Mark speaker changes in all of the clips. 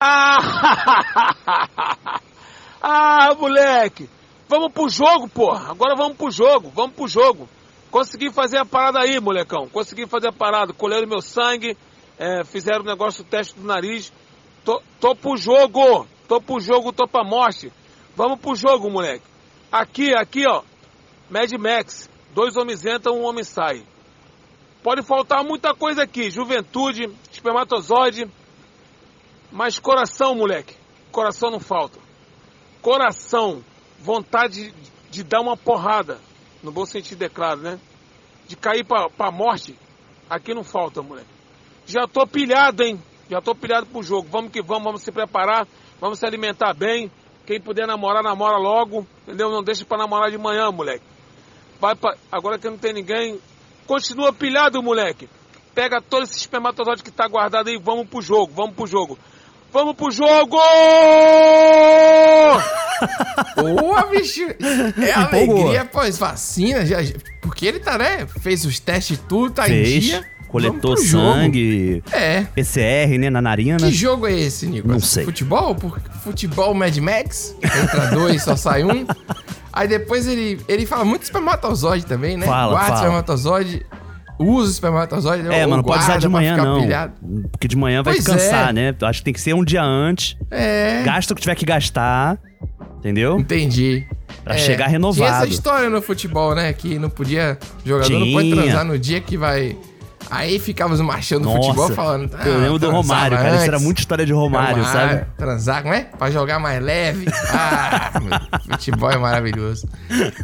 Speaker 1: Ah, ah, moleque! Vamos pro jogo, porra! Agora vamos pro jogo, vamos pro jogo! Consegui fazer a parada aí, molecão! Consegui fazer a parada, colheram meu sangue, é, fizeram o negócio do teste do nariz. Tô, tô pro jogo! Tô pro jogo, tô pra morte! Vamos pro jogo, moleque! Aqui, aqui, ó! Mad Max, dois homens entram, um homem sai. Pode faltar muita coisa aqui, juventude, espermatozoide, mas coração, moleque, coração não falta. Coração, vontade de, de dar uma porrada, no bom sentido é claro, né? De cair pra, pra morte, aqui não falta, moleque. Já tô pilhado, hein? Já tô pilhado pro jogo. Vamos que vamos, vamos se preparar, vamos se alimentar bem. Quem puder namorar, namora logo, entendeu? Não deixa pra namorar de manhã, moleque. Vai pra... Agora que não tem ninguém, continua pilhado, moleque. Pega todo esse espermatozoide que tá guardado aí, vamos pro jogo, vamos pro jogo. Vamos pro jogo!
Speaker 2: Boa, bicho! É
Speaker 3: Empolgou.
Speaker 2: alegria, pô, as vacinas. Já, porque ele tá, né? Fez os testes tudo, tá em
Speaker 3: Fez,
Speaker 2: dia.
Speaker 3: coletou
Speaker 2: Vamos pro jogo.
Speaker 3: sangue,
Speaker 2: É.
Speaker 3: PCR, né, na narina.
Speaker 2: Que jogo é esse, Nico?
Speaker 3: Não sei.
Speaker 2: Futebol? Por- Futebol Mad Max? Entra dois, só sai um. Aí depois ele, ele fala muito espermatozoide também, né?
Speaker 3: Fala,
Speaker 2: guarda
Speaker 3: fala.
Speaker 2: espermatozoide, usa o espermatozoide. né?
Speaker 3: É,
Speaker 2: ou
Speaker 3: mano, pode usar
Speaker 2: guarda
Speaker 3: de
Speaker 2: pra
Speaker 3: manhã
Speaker 2: ficar
Speaker 3: não.
Speaker 2: pilhado.
Speaker 3: Porque de manhã vai
Speaker 2: Pois
Speaker 3: descansar,
Speaker 2: é.
Speaker 3: né? Acho que tem que ser um dia antes.
Speaker 2: É.
Speaker 3: Gasta o que tiver que gastar, entendeu?
Speaker 2: Entendi. É,
Speaker 3: Pra chegar renovado.
Speaker 2: Tinha essa história no futebol, né? Que não podia. O jogador não pode
Speaker 3: Tinha.
Speaker 2: transar no dia que vai. Aí ficava os machão do futebol falando. "Ah,
Speaker 3: eu lembro do
Speaker 2: transava
Speaker 3: Romário, cara. Isso era
Speaker 2: antes,
Speaker 3: muita história de Romário, sabe?
Speaker 2: Transar, como é? Pra jogar mais leve. Ah, meu, futebol é maravilhoso.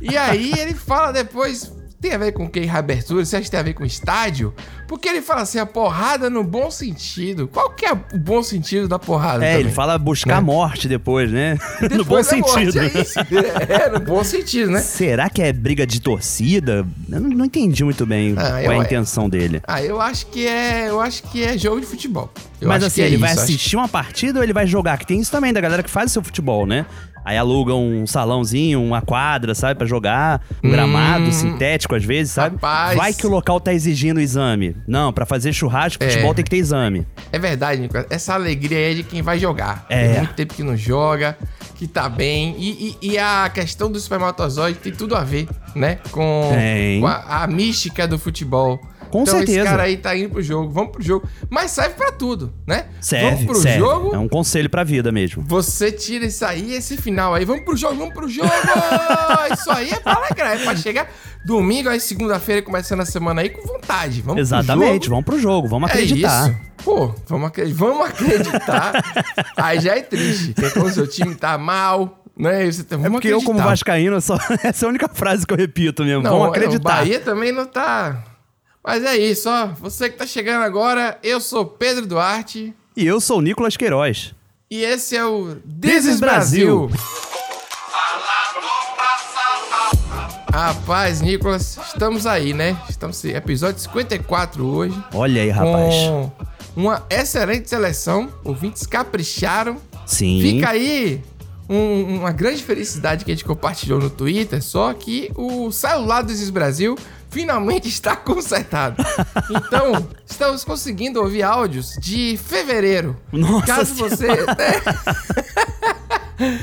Speaker 2: E aí ele fala depois. Tem a ver com que reabertura? Você acha que tem a ver com estádio? Porque ele fala assim, a porrada no bom sentido. Qual que é o bom sentido da porrada?
Speaker 3: É, ele
Speaker 2: também?
Speaker 3: fala buscar a morte depois, né? no bom
Speaker 2: tá Depois da morte,
Speaker 3: sentido. né?
Speaker 2: é isso. é, no bom sentido, né?
Speaker 3: Será que é briga de torcida? Eu não, não entendi muito bem
Speaker 2: Ah,
Speaker 3: qual é
Speaker 2: eu-
Speaker 3: a intenção dele.
Speaker 2: Ah, eu acho que é. Eu acho que é jogo de futebol. Eu
Speaker 3: Mas
Speaker 2: acho
Speaker 3: assim,
Speaker 2: que é
Speaker 3: ele vai
Speaker 2: isso, acho-
Speaker 3: assistir uma partida ou ele vai jogar? Que tem isso também da galera que faz o seu futebol, né? Aí aluga um salãozinho, uma quadra, sabe, Pra jogar, um gramado sintético às vezes, sabe?
Speaker 2: Hum. Rapaz.
Speaker 3: Vai que o local tá exigindo exame. Não, pra fazer churrasco, futebol tem que ter exame.
Speaker 2: É verdade, Nicolas. Essa alegria aí é de quem vai jogar.
Speaker 3: É.
Speaker 2: Tem muito tempo que não joga, que tá bem. E, e- e a questão do espermatozoide tem tudo a ver, né? Com,
Speaker 3: Tem.
Speaker 2: com a, a mística do futebol.
Speaker 3: Com
Speaker 2: então
Speaker 3: certeza.
Speaker 2: esse cara aí tá indo pro jogo, vamos pro jogo. Mas serve pra tudo, né?
Speaker 3: Serve,
Speaker 2: vamos pro
Speaker 3: serve.
Speaker 2: jogo,
Speaker 3: É um conselho pra vida mesmo.
Speaker 2: você tira isso aí, esse final aí. Vamos pro jogo, vamos pro jogo! isso aí é pra alegrar, é pra chegar domingo, aí segunda-feira, começando a semana aí com vontade. Vamos
Speaker 3: Exatamente,
Speaker 2: pro jogo.
Speaker 3: vamos pro jogo, vamos acreditar.
Speaker 2: É isso. Pô, vamos, acre- vamos acreditar. aí já é triste. porque Quando seu time tá mal, né? Você tem,
Speaker 3: É
Speaker 2: vamos
Speaker 3: porque eu, como
Speaker 2: acreditar.
Speaker 3: vascaíno, só... essa é a única frase que eu repito mesmo.
Speaker 2: Não,
Speaker 3: Vamos
Speaker 2: olha, O
Speaker 3: acreditar.
Speaker 2: Bahia também não tá. Mas é isso, ó. Você que tá chegando agora, eu sou Pedro Duarte
Speaker 3: E eu sou o Nicolas Queiroz.
Speaker 2: e esse é o This,
Speaker 3: is
Speaker 2: is Brasil. Rapaz, Nicolas, estamos aí, né? Estamos em episódio 54 hoje.
Speaker 3: Olha aí, rapaz.
Speaker 2: Com uma excelente seleção. Ouvintes capricharam.
Speaker 3: Sim.
Speaker 2: Fica aí um- uma grande felicidade que a gente compartilhou no Twitter, só que o celular do Isis Brasil finalmente está consertado. Então, estamos conseguindo ouvir áudios de fevereiro.
Speaker 3: Nossa
Speaker 2: Caso
Speaker 3: Senhora.
Speaker 2: você...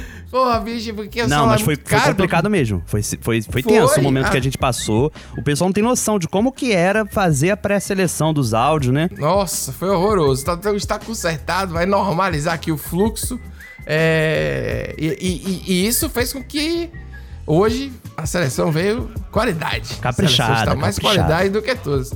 Speaker 2: Porra, bicho, porque o
Speaker 3: Não,
Speaker 2: celular
Speaker 3: mas
Speaker 2: é
Speaker 3: foi,
Speaker 2: muito
Speaker 3: foi
Speaker 2: caro pra-
Speaker 3: complicado mesmo. Foi, foi,
Speaker 2: Foi?
Speaker 3: foi tenso o momento que a
Speaker 2: Ah.
Speaker 3: gente passou. O pessoal não tem noção de como que era fazer a pré-seleção dos áudios, né?
Speaker 2: Nossa, foi horroroso. Tá- tá- Está consertado, vai normalizar aqui o fluxo. É, e, e- e- e isso fez com que hoje a seleção veio qualidade.
Speaker 3: Caprichada,
Speaker 2: A seleção está mais
Speaker 3: caprichada.
Speaker 2: qualidade do que todos.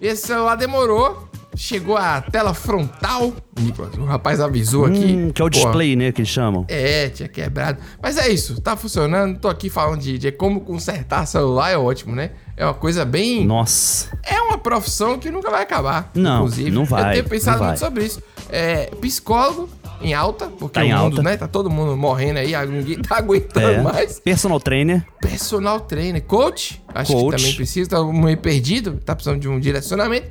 Speaker 2: Esse celular demorou, chegou a tela frontal. Nicolas, O rapaz avisou aqui.
Speaker 3: Hum, que é
Speaker 2: Pô,
Speaker 3: o display, né, que eles chamam.
Speaker 2: é, tinha quebrado. Mas é isso, tá funcionando. Tô aqui falando de, de como consertar celular, é ótimo, né? É uma coisa bem
Speaker 3: Nossa.
Speaker 2: é uma profissão que nunca vai acabar.
Speaker 3: Não, não vai,
Speaker 2: Eu tenho pensado
Speaker 3: não vai.
Speaker 2: muito sobre isso. É, psicólogo em alta, porque
Speaker 3: Tá
Speaker 2: o
Speaker 3: em
Speaker 2: mundo,
Speaker 3: alta.
Speaker 2: né? Tá todo mundo morrendo aí, ninguém tá aguentando
Speaker 3: É.
Speaker 2: mais.
Speaker 3: Personal trainer.
Speaker 2: Personal trainer, coach, acho
Speaker 3: Coach.
Speaker 2: que também precisa, tá meio perdido, tá precisando de um direcionamento.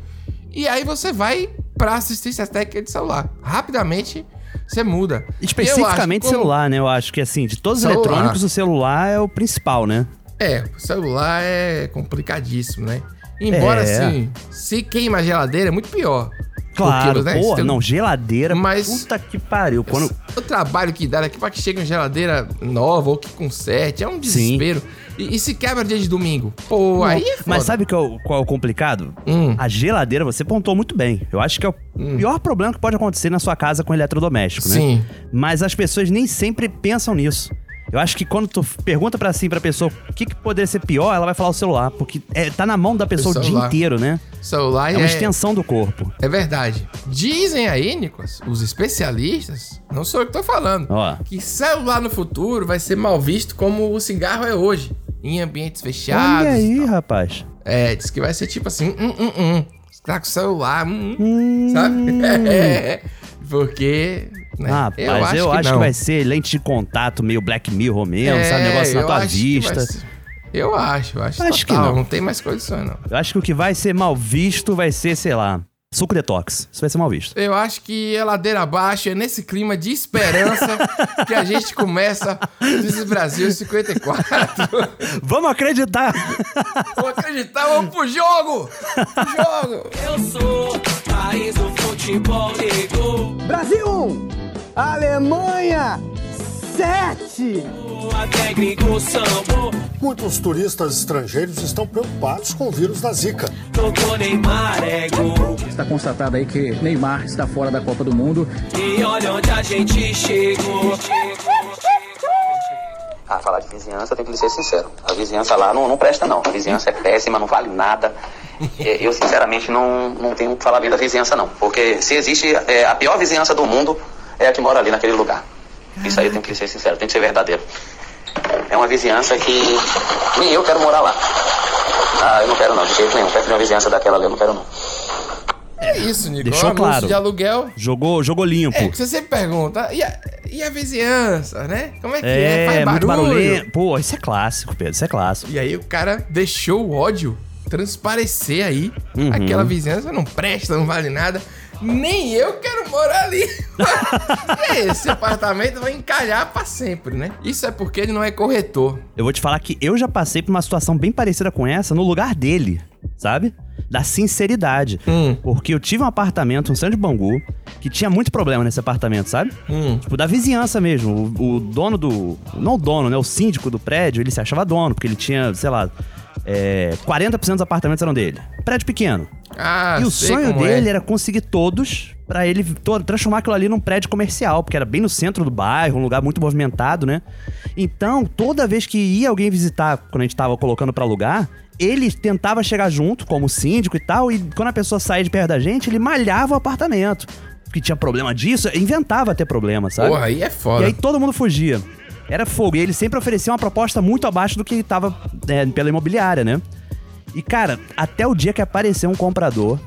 Speaker 2: E aí você vai pra assistência técnica de celular. Rapidamente você muda.
Speaker 3: Especificamente
Speaker 2: Eu acho como-
Speaker 3: celular, né? Eu acho que, assim, de todos os
Speaker 2: Celular.
Speaker 3: eletrônicos, o celular é o principal, né?
Speaker 2: É, o celular é complicadíssimo, né? Embora
Speaker 3: É.
Speaker 2: assim, se queima a geladeira é muito pior.
Speaker 3: Claro,
Speaker 2: quilos, né? Isso
Speaker 3: porra,
Speaker 2: tem um-
Speaker 3: não, geladeira,
Speaker 2: Mas-
Speaker 3: puta que pariu. Quando...
Speaker 2: É O trabalho que dá aqui pra que chegue uma geladeira nova ou que conserte, é um desespero. E, e se quebra dia de domingo? Pô, aí é foda.
Speaker 3: Mas sabe é que é o- qual é o complicado?
Speaker 2: Hum.
Speaker 3: A geladeira, você pontou muito bem. Eu acho que é o pior problema que pode acontecer na sua casa com eletrodoméstico, né?
Speaker 2: Sim.
Speaker 3: Mas as pessoas nem sempre pensam nisso. Eu acho que quando tu pergunta pra assim pra pessoa o que, que poderia ser pior, ela vai falar o celular, porque é, tá na mão da pessoa o, dia
Speaker 2: celular.
Speaker 3: inteiro, né?
Speaker 2: Celular
Speaker 3: É
Speaker 2: é,
Speaker 3: uma extensão do corpo.
Speaker 2: é verdade. Dizem aí, Nicolas, os especialistas, não sou eu que tô falando,
Speaker 3: Ó.
Speaker 2: que celular no futuro vai ser mal visto como o cigarro é hoje. Em ambientes fechados.
Speaker 3: Olha aí, rapaz.
Speaker 2: É, diz que vai ser tipo assim, hum, hum, hum. Você tá com o celular, hum, hum, sabe? É, porque. né,
Speaker 3: Ah, rapaz, eu acho, que,
Speaker 2: não.
Speaker 3: vai ser lente de contato meio Black Mirror mesmo, sabe? um
Speaker 2: É,
Speaker 3: Negócio na
Speaker 2: eu
Speaker 3: tua
Speaker 2: acho que vai
Speaker 3: vista.
Speaker 2: ser- Eu acho, eu acho,
Speaker 3: Acho que
Speaker 2: total,
Speaker 3: não.
Speaker 2: não. tem mais condições, não.
Speaker 3: Eu acho que o que vai ser mal visto vai ser, sei lá, suco detox. Isso vai ser mal visto.
Speaker 2: Eu acho que é ladeira abaixo, é nesse clima de esperança que a gente começa Diz Brasil 54.
Speaker 3: Vamos acreditar!
Speaker 2: Vou acreditar, vamos pro jogo! Pro jogo!
Speaker 4: Eu sou país do futebol negro.
Speaker 5: Brasil 1, Alemanha 7.
Speaker 4: Até gringo sambo.
Speaker 6: Muitos turistas estrangeiros estão preocupados com o vírus da Zika.
Speaker 4: Tocou Neymar é gol.
Speaker 7: Está Tá constatado aí que Neymar está fora da Copa do Mundo.
Speaker 4: E olha onde a gente chegou.
Speaker 8: Ah, falar de vizinhança, eu tenho que lhe ser sincero. A vizinhança lá não, não presta, não. A vizinhança é péssima, não vale nada. É, Eu, sinceramente, não, não tenho o que falar bem da vizinhança, não. Porque se existe é, a pior vizinhança do mundo, é a que mora ali naquele lugar. Isso aí eu tenho que lhe ser sincero, tem que ser verdadeiro. É uma vizinhança que nem eu quero morar lá. Ah, eu não quero, não, de jeito nenhum. Perto de uma vizinhança daquela ali, eu não quero, não.
Speaker 2: É isso, Nico.
Speaker 3: Deixou
Speaker 2: um anúncio
Speaker 3: claro.
Speaker 2: de aluguel.
Speaker 3: Jogou, jogou limpo.
Speaker 2: É, que você sempre pergunta, e a, e a vizinhança, né? Como é que é?
Speaker 3: É,
Speaker 2: Faz
Speaker 3: muito
Speaker 2: barulho?
Speaker 3: barulhento. Pô, isso é clássico, Pedro, isso é clássico.
Speaker 2: E aí o cara deixou o ódio transparecer aí.
Speaker 3: Uhum.
Speaker 2: Aquela vizinhança não presta, não vale nada. Nem eu quero morar ali. e aí, esse apartamento vai encalhar pra sempre, né? Isso é porque ele não é corretor.
Speaker 3: Eu vou te falar que eu já passei por uma situação bem parecida com essa no lugar dele, sabe? Da sinceridade.
Speaker 2: Hum.
Speaker 3: Porque eu tive um apartamento, um centro de Bangu, que tinha muito problema nesse apartamento, sabe?
Speaker 2: Hum.
Speaker 3: Tipo, da vizinhança mesmo. O, o dono do. Não o dono, né? O síndico do prédio, ele se achava dono, porque ele tinha, sei lá. É, 40% dos apartamentos eram dele. Prédio pequeno.
Speaker 2: Ah,
Speaker 3: e o
Speaker 2: sei
Speaker 3: sonho
Speaker 2: como
Speaker 3: dele
Speaker 2: é.
Speaker 3: era conseguir todos pra ele to- transformar aquilo ali num prédio comercial, porque era bem no centro do bairro, um lugar muito movimentado, né? Então, toda vez que ia alguém visitar, quando a gente tava colocando pra alugar, ele tentava chegar junto, como síndico e tal, e quando a pessoa saía de perto da gente, ele malhava o apartamento. Que tinha problema disso, inventava ter problema, sabe?
Speaker 2: Porra, aí é foda.
Speaker 3: E aí todo mundo fugia. Era fogo. E ele sempre oferecia uma proposta muito abaixo do que tava é, pela imobiliária, né? E, cara, até o dia que apareceu um comprador,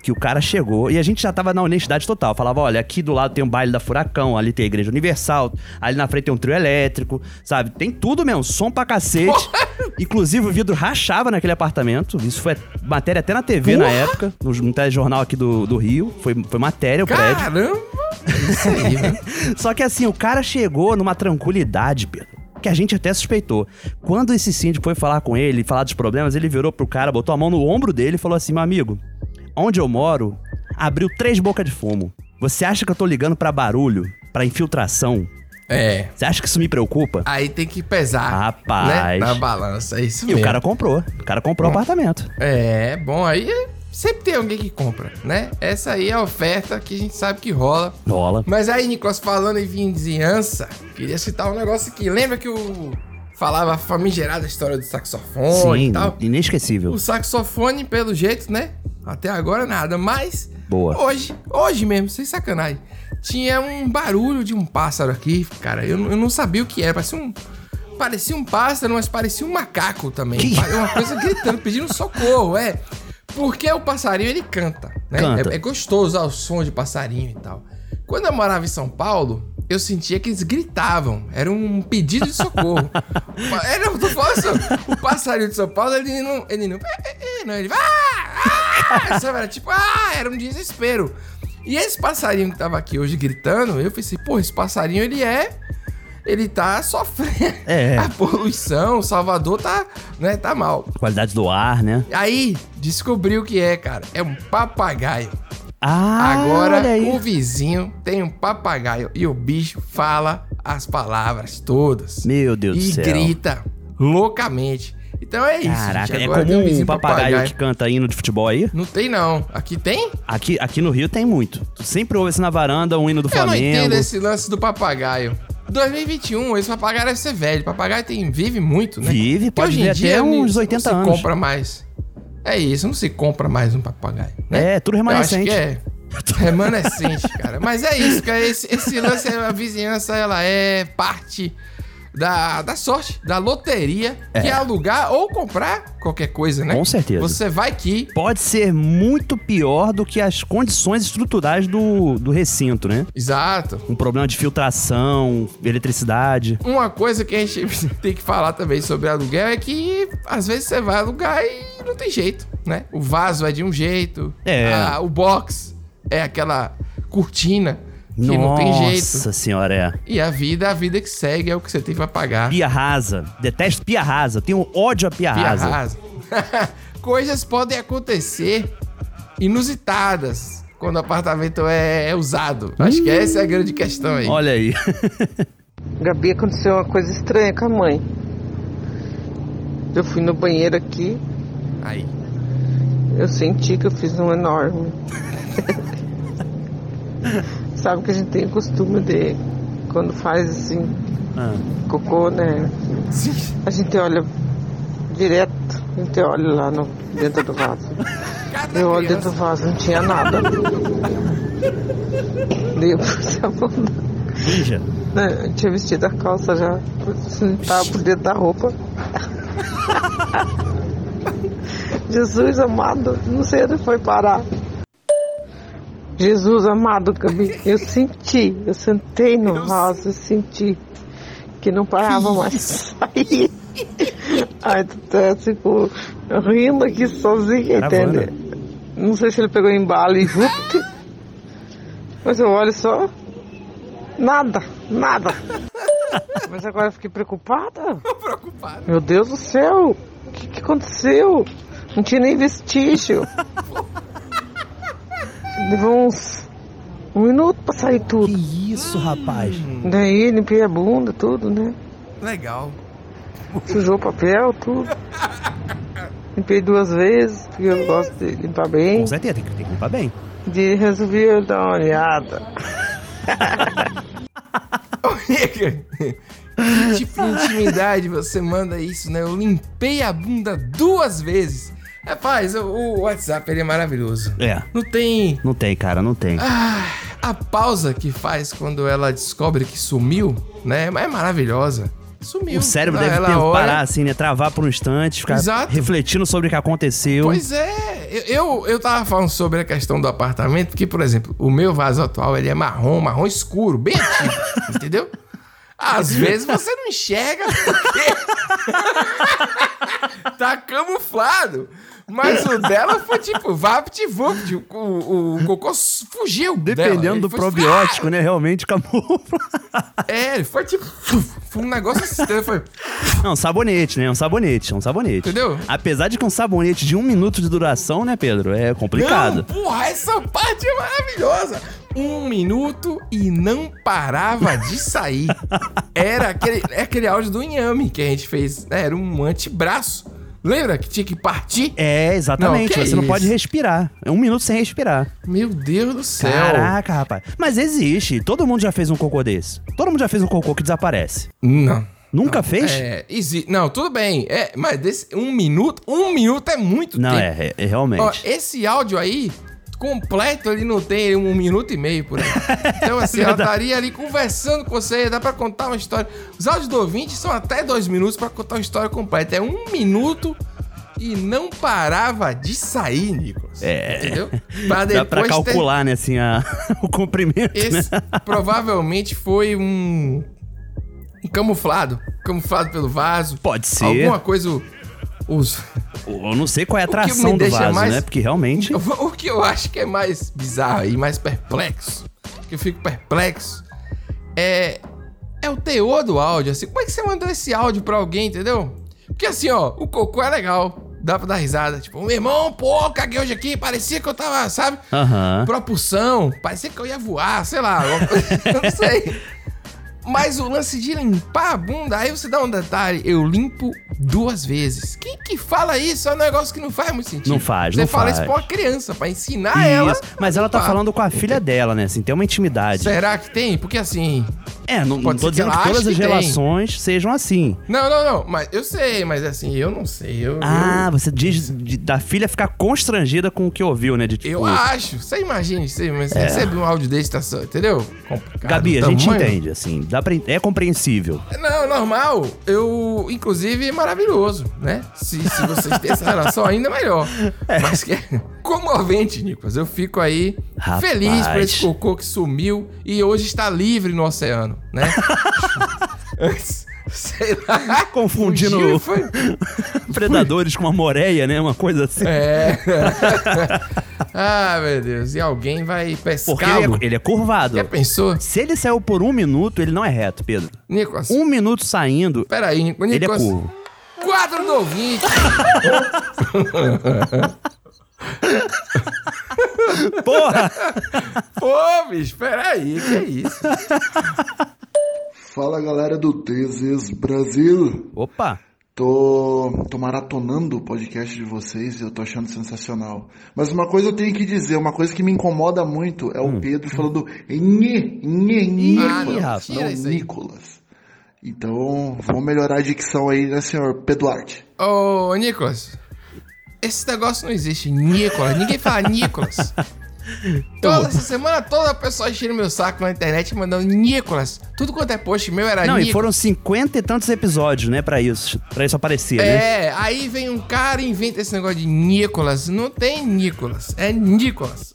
Speaker 3: que o cara chegou, e a gente já tava na honestidade total. Falava, olha, aqui do lado tem um baile da Furacão, ali tem a Igreja Universal, ali na frente tem um trio elétrico, sabe? Tem tudo mesmo, som pra cacete. Inclusive, o vidro rachava naquele apartamento. Isso foi matéria até na TV na época, no, no telejornal aqui do, do Rio. Foi, foi matéria o prédio.
Speaker 2: Caramba! Isso aí, velho.
Speaker 3: Só que assim, o cara chegou numa tranquilidade, Pedro. Que a gente até suspeitou. Quando esse síndico foi falar com ele, falar dos problemas, ele virou pro cara, botou a mão no ombro dele e falou assim: meu amigo, onde eu moro, abriu três bocas de fumo. Você acha que eu tô ligando pra barulho, pra infiltração?
Speaker 2: É.
Speaker 3: Você acha que isso me preocupa?
Speaker 2: Aí tem que pesar.
Speaker 3: Rapaz.
Speaker 2: Né? Na balança, é isso
Speaker 3: E
Speaker 2: mesmo.
Speaker 3: o cara comprou. O cara comprou o apartamento.
Speaker 2: É, bom, aí é- sempre tem alguém que compra, né? Essa aí é a oferta que a gente sabe que rola.
Speaker 3: Rola.
Speaker 2: Mas aí, Nicolas, falando em vizinhança, queria citar um negócio aqui. Lembra que o falava a famigerada história do saxofone
Speaker 3: Sim,
Speaker 2: e tal?
Speaker 3: inesquecível.
Speaker 2: O saxofone, pelo jeito, né? Até agora nada, mas
Speaker 3: Boa.
Speaker 2: hoje, hoje mesmo, sem sacanagem, tinha um barulho de um pássaro aqui, cara. Eu, eu não sabia o que era, parecia um parecia um pássaro, mas parecia um macaco também.
Speaker 3: Que-
Speaker 2: Pare- Uma coisa gritando, pedindo socorro, é. Porque o passarinho ele canta, né?
Speaker 3: Canta.
Speaker 2: É, é gostoso ah, o som de passarinho e tal. Quando eu morava em São Paulo, eu sentia que eles gritavam. Era um pedido de socorro. Era, eu tô falando, assim, o passarinho de São Paulo, ele não. Ele não. "É, é, é", não, ele. Ah! ah", sabe? Era tipo, ah, era um desespero. E esse passarinho que tava aqui hoje gritando, eu pensei, pô, esse passarinho ele é. Ele tá sofrendo.
Speaker 3: É.
Speaker 2: A poluição, Salvador tá, né, tá mal.
Speaker 3: Qualidade do ar, né?
Speaker 2: Aí, descobriu o que é, cara. É um papagaio.
Speaker 3: Ah,
Speaker 2: Agora
Speaker 3: olha aí.
Speaker 2: o vizinho tem um papagaio e o bicho fala as palavras todas.
Speaker 3: Meu Deus
Speaker 2: e
Speaker 3: do céu.
Speaker 2: grita loucamente. Então é isso.
Speaker 3: Caraca,
Speaker 2: gente.
Speaker 3: é
Speaker 2: Agora tem
Speaker 3: comum um
Speaker 2: vizinho
Speaker 3: papagaio, que canta hino de futebol aí?
Speaker 2: Não tem não. Aqui tem?
Speaker 3: Aqui, aqui no Rio tem muito. Tu sempre ouve assim na varanda um hino do
Speaker 2: Eu não entendo
Speaker 3: Flamengo.
Speaker 2: esse lance do papagaio. 2021, esse papagaio deve ser velho. Papagaio tem, vive muito, né? Porque
Speaker 3: Vive, pode
Speaker 2: hoje em
Speaker 3: viver
Speaker 2: dia
Speaker 3: até
Speaker 2: não-
Speaker 3: uns 80
Speaker 2: não
Speaker 3: anos.
Speaker 2: se compra mais. É isso, não se compra mais um papagaio. né?
Speaker 3: É, tudo
Speaker 2: Eu acho
Speaker 3: remanescente.
Speaker 2: que é remanescente, cara. Mas é isso, cara. Esse, esse lance, a vizinhança, ela é parte da, da sorte, da loteria, que é alugar ou comprar qualquer coisa, né?
Speaker 3: Com certeza.
Speaker 2: Você vai que
Speaker 3: Pode ser muito pior do que as condições estruturais do, do recinto, né?
Speaker 2: Exato.
Speaker 3: Um problema de filtração, eletricidade.
Speaker 2: Uma coisa que a gente tem que falar também sobre aluguel é que às vezes você vai alugar e não tem jeito, né? O vaso é de um jeito,
Speaker 3: É.
Speaker 2: a- o box é aquela cortina que não tem jeito.
Speaker 3: Nossa senhora, é.
Speaker 2: E a vida é a vida que segue, é o que você tem pra pagar.
Speaker 3: Pia rasa. Detesto pia rasa. Tenho ódio a pia,
Speaker 2: Pia
Speaker 3: rasa.
Speaker 2: rasa. Coisas podem acontecer inusitadas quando o apartamento é, é usado. Acho que essa é a grande questão aí.
Speaker 3: Olha aí.
Speaker 9: Gabi, aconteceu uma coisa estranha com a mãe. Eu fui no banheiro aqui,
Speaker 2: Aí.
Speaker 9: eu senti que eu fiz um enorme. Sabe que a gente tem o costume de, quando faz assim,
Speaker 3: Ah.
Speaker 9: cocô, né? A gente olha direto, a gente olha lá no, dentro do vaso. Eu olho dentro do vaso, não tinha nada. Dei por a mão da
Speaker 3: Ninja.
Speaker 9: né, eu tinha vestido a calça já, assim, tava por dentro da roupa. Jesus amado, não sei onde foi parar. Jesus amado, Gabi, eu senti, eu sentei no vaso e senti que não parava mais de sair. Ai, tu tá tipo, rindo aqui sozinha,
Speaker 3: Caravana.
Speaker 9: entende? Não sei se ele pegou embalo e vupt, mas eu olho só, Nada, nada. Mas agora eu fiquei preocupada.
Speaker 2: Preocupado.
Speaker 9: Meu Deus do céu, o que, que aconteceu? Não tinha nem vestígio. Levou uns um minuto pra sair
Speaker 3: Que
Speaker 9: tudo.
Speaker 3: isso, rapaz?
Speaker 2: Hum.
Speaker 9: Daí limpei a bunda, tudo, né?
Speaker 2: Legal.
Speaker 9: Sujou o papel, tudo. Limpei duas vezes, porque eu gosto de limpar bem.
Speaker 3: Com certeza, tem que, tem que limpar bem.
Speaker 9: De resolvi dar uma olhada.
Speaker 2: Amiga, que tipo de intimidade você manda isso, né? Eu limpei a bunda duas vezes. Rapaz, o, o WhatsApp ele é maravilhoso.
Speaker 3: É.
Speaker 2: Não tem
Speaker 3: Não tem, cara, não tem.
Speaker 2: Ah, a pausa que faz quando ela descobre que sumiu, né? Mas é maravilhosa. Sumiu.
Speaker 3: O cérebro
Speaker 2: Ah,
Speaker 3: deve
Speaker 2: ela
Speaker 3: ter
Speaker 2: olha-
Speaker 3: parar assim, né? Travar por um instante, ficar
Speaker 2: Exato.
Speaker 3: refletindo sobre o que aconteceu.
Speaker 2: Pois é, eu, eu, eu tava falando sobre a questão do apartamento, porque, por exemplo, o meu vaso atual ele é marrom, marrom escuro, bem antigo, entendeu? Às vezes você não enxerga porque tá camuflado. Mas o dela foi tipo, vapt vupt, o, o, o cocô s- fugiu. dela. Ele
Speaker 3: Dependendo do
Speaker 2: foi- tipo,
Speaker 3: probiótico, né? Realmente camufla.
Speaker 2: É, ele foi tipo, foi um negócio estranho, foi...
Speaker 3: Não, sabonete, né? Um sabonete, um sabonete.
Speaker 2: Entendeu?
Speaker 3: Apesar de que um sabonete de um minuto de duração, né, Pedro? É
Speaker 2: Não,
Speaker 3: complicado.
Speaker 2: porra, essa parte é maravilhosa. Um minuto e não parava de sair. Era aquele, é aquele áudio do Inhame que a gente fez. né? Era um antebraço. Lembra que tinha que partir?
Speaker 3: É, exatamente.
Speaker 2: Não, que
Speaker 3: você não
Speaker 2: isso?
Speaker 3: pode respirar. É um minuto sem respirar.
Speaker 2: Meu Deus do céu.
Speaker 3: Caraca, rapaz. Mas existe. Todo mundo já fez um cocô desse. Todo mundo já fez um cocô que desaparece.
Speaker 2: Não.
Speaker 3: Nunca fez?
Speaker 2: É, exi- não, tudo bem. É, mas desse um minuto, um minuto é muito
Speaker 3: Não,
Speaker 2: tempo.
Speaker 3: é, é- é
Speaker 2: Ó,
Speaker 3: realmente.
Speaker 2: esse áudio aí, completo, ele não tem um minuto e meio por aí. Então, assim, ela estaria ali conversando com você, dá pra contar uma história. Os áudios do ouvinte são até dois minutos pra contar uma história completa. É um minuto e não parava de sair, Nicolas. É. Entendeu? Pra
Speaker 3: Dá pra
Speaker 2: ter-
Speaker 3: calcular, né, assim, a- o comprimento, né?
Speaker 2: Esse provavelmente foi um. um camuflado. Camuflado pelo vaso.
Speaker 3: Pode ser.
Speaker 2: Alguma coisa. o- Os,
Speaker 3: Eu não sei qual é a
Speaker 2: que me
Speaker 3: atração do
Speaker 2: deixa
Speaker 3: vaso,
Speaker 2: mais-
Speaker 3: né? Porque realmente.
Speaker 2: O que eu acho que é mais bizarro e mais perplexo, que eu fico perplexo, é, é o teor do áudio. Assim, como é que você mandou esse áudio pra alguém, entendeu? Porque assim, ó, o cocô é legal. dá pra dar risada. Tipo, meu irmão, pô, caguei hoje aqui, parecia que eu tava, sabe?
Speaker 3: Aham.
Speaker 2: propulsão, parecia que eu ia voar, sei lá, eu não sei. Mas o lance de limpar a bunda, aí você dá um detalhe, eu limpo duas vezes. Quem que fala isso? É um negócio que não faz muito sentido.
Speaker 3: Não faz,
Speaker 2: Você
Speaker 3: não
Speaker 2: fala
Speaker 3: faz.
Speaker 2: isso pra uma criança, pra ensinar ela.
Speaker 3: Isso. Mas ela tá
Speaker 2: limpar.
Speaker 3: falando com a filha dela, né? Assim, tem uma intimidade.
Speaker 2: Será que tem? Porque assim.
Speaker 3: É, não, não
Speaker 2: Pode ser
Speaker 3: tô
Speaker 2: que
Speaker 3: dizendo
Speaker 2: ela
Speaker 3: que todas
Speaker 2: ache
Speaker 3: as
Speaker 2: que tem.
Speaker 3: relações sejam assim.
Speaker 2: Não, não, não. Mas eu sei, mas assim, eu não sei. Eu,
Speaker 3: Ah, você diz de- da filha ficar constrangida com o que ouviu, né? De tipo. É.
Speaker 2: eu, eu acho. Você imagina isso aí, mas você recebe um áudio desse, tá só, entendeu? Complicado.
Speaker 3: Gabi,
Speaker 2: o
Speaker 3: a gente
Speaker 2: tamanho.
Speaker 3: entende, assim. Dá pra, en- é compreensível.
Speaker 2: Não, normal. Eu, inclusive, é maravilhoso, né? Se, se vocês têm essa relação, ainda melhor.
Speaker 3: É.
Speaker 2: Mas que comovente, Nicolas. Eu fico aí
Speaker 3: Rapaz.
Speaker 2: feliz por esse cocô que sumiu e hoje está livre no oceano, né? Antes, Sei lá. fugiu e
Speaker 3: Confundindo-
Speaker 2: Foi...
Speaker 3: Predadores com uma moreia, né? Uma coisa assim.
Speaker 2: É. ah, meu Deus. E alguém vai
Speaker 3: Porque ele
Speaker 2: pescar.
Speaker 3: é, ele é curvado.
Speaker 2: Já pensou?
Speaker 3: Se ele saiu por um minuto, ele não é reto, Pedro.
Speaker 2: Nicolas.
Speaker 3: Um minuto saindo,
Speaker 2: Peraí, Nicolas.
Speaker 3: ele é curvo.
Speaker 2: Quadro do ouvinte.
Speaker 3: Porra!
Speaker 2: Pô, bicho, peraí, que isso?
Speaker 10: Fala galera do Teses Brasil.
Speaker 3: Opa!
Speaker 10: Tô, tô maratonando o podcast de vocês e eu tô achando sensacional. Mas uma coisa eu tenho que dizer, uma coisa que me incomoda muito é o Pedro falando nhe, nhe, nhe,
Speaker 2: Ah,
Speaker 10: mano.
Speaker 2: não,
Speaker 3: rapaz.
Speaker 2: tira isso
Speaker 10: não
Speaker 2: aí.
Speaker 10: Nicolas. Então, vou melhorar a dicção aí, né, senhor Peduarte?
Speaker 2: Ô, Nicolas, esse negócio não existe, Nicolas. Ninguém fala Nicolas.
Speaker 3: Então,
Speaker 2: Toda essa semana toda a pessoa enchendo meu saco na internet mandando Nicolas. Tudo quanto é post meu era
Speaker 3: Não, e
Speaker 2: Nicolas.
Speaker 3: foram cinquenta e tantos episódios, né? Pra isso, pra isso aparecer, né?
Speaker 2: É, aí vem um cara e inventa esse negócio de Nicolas. Não tem Nicolas, é Nicolas.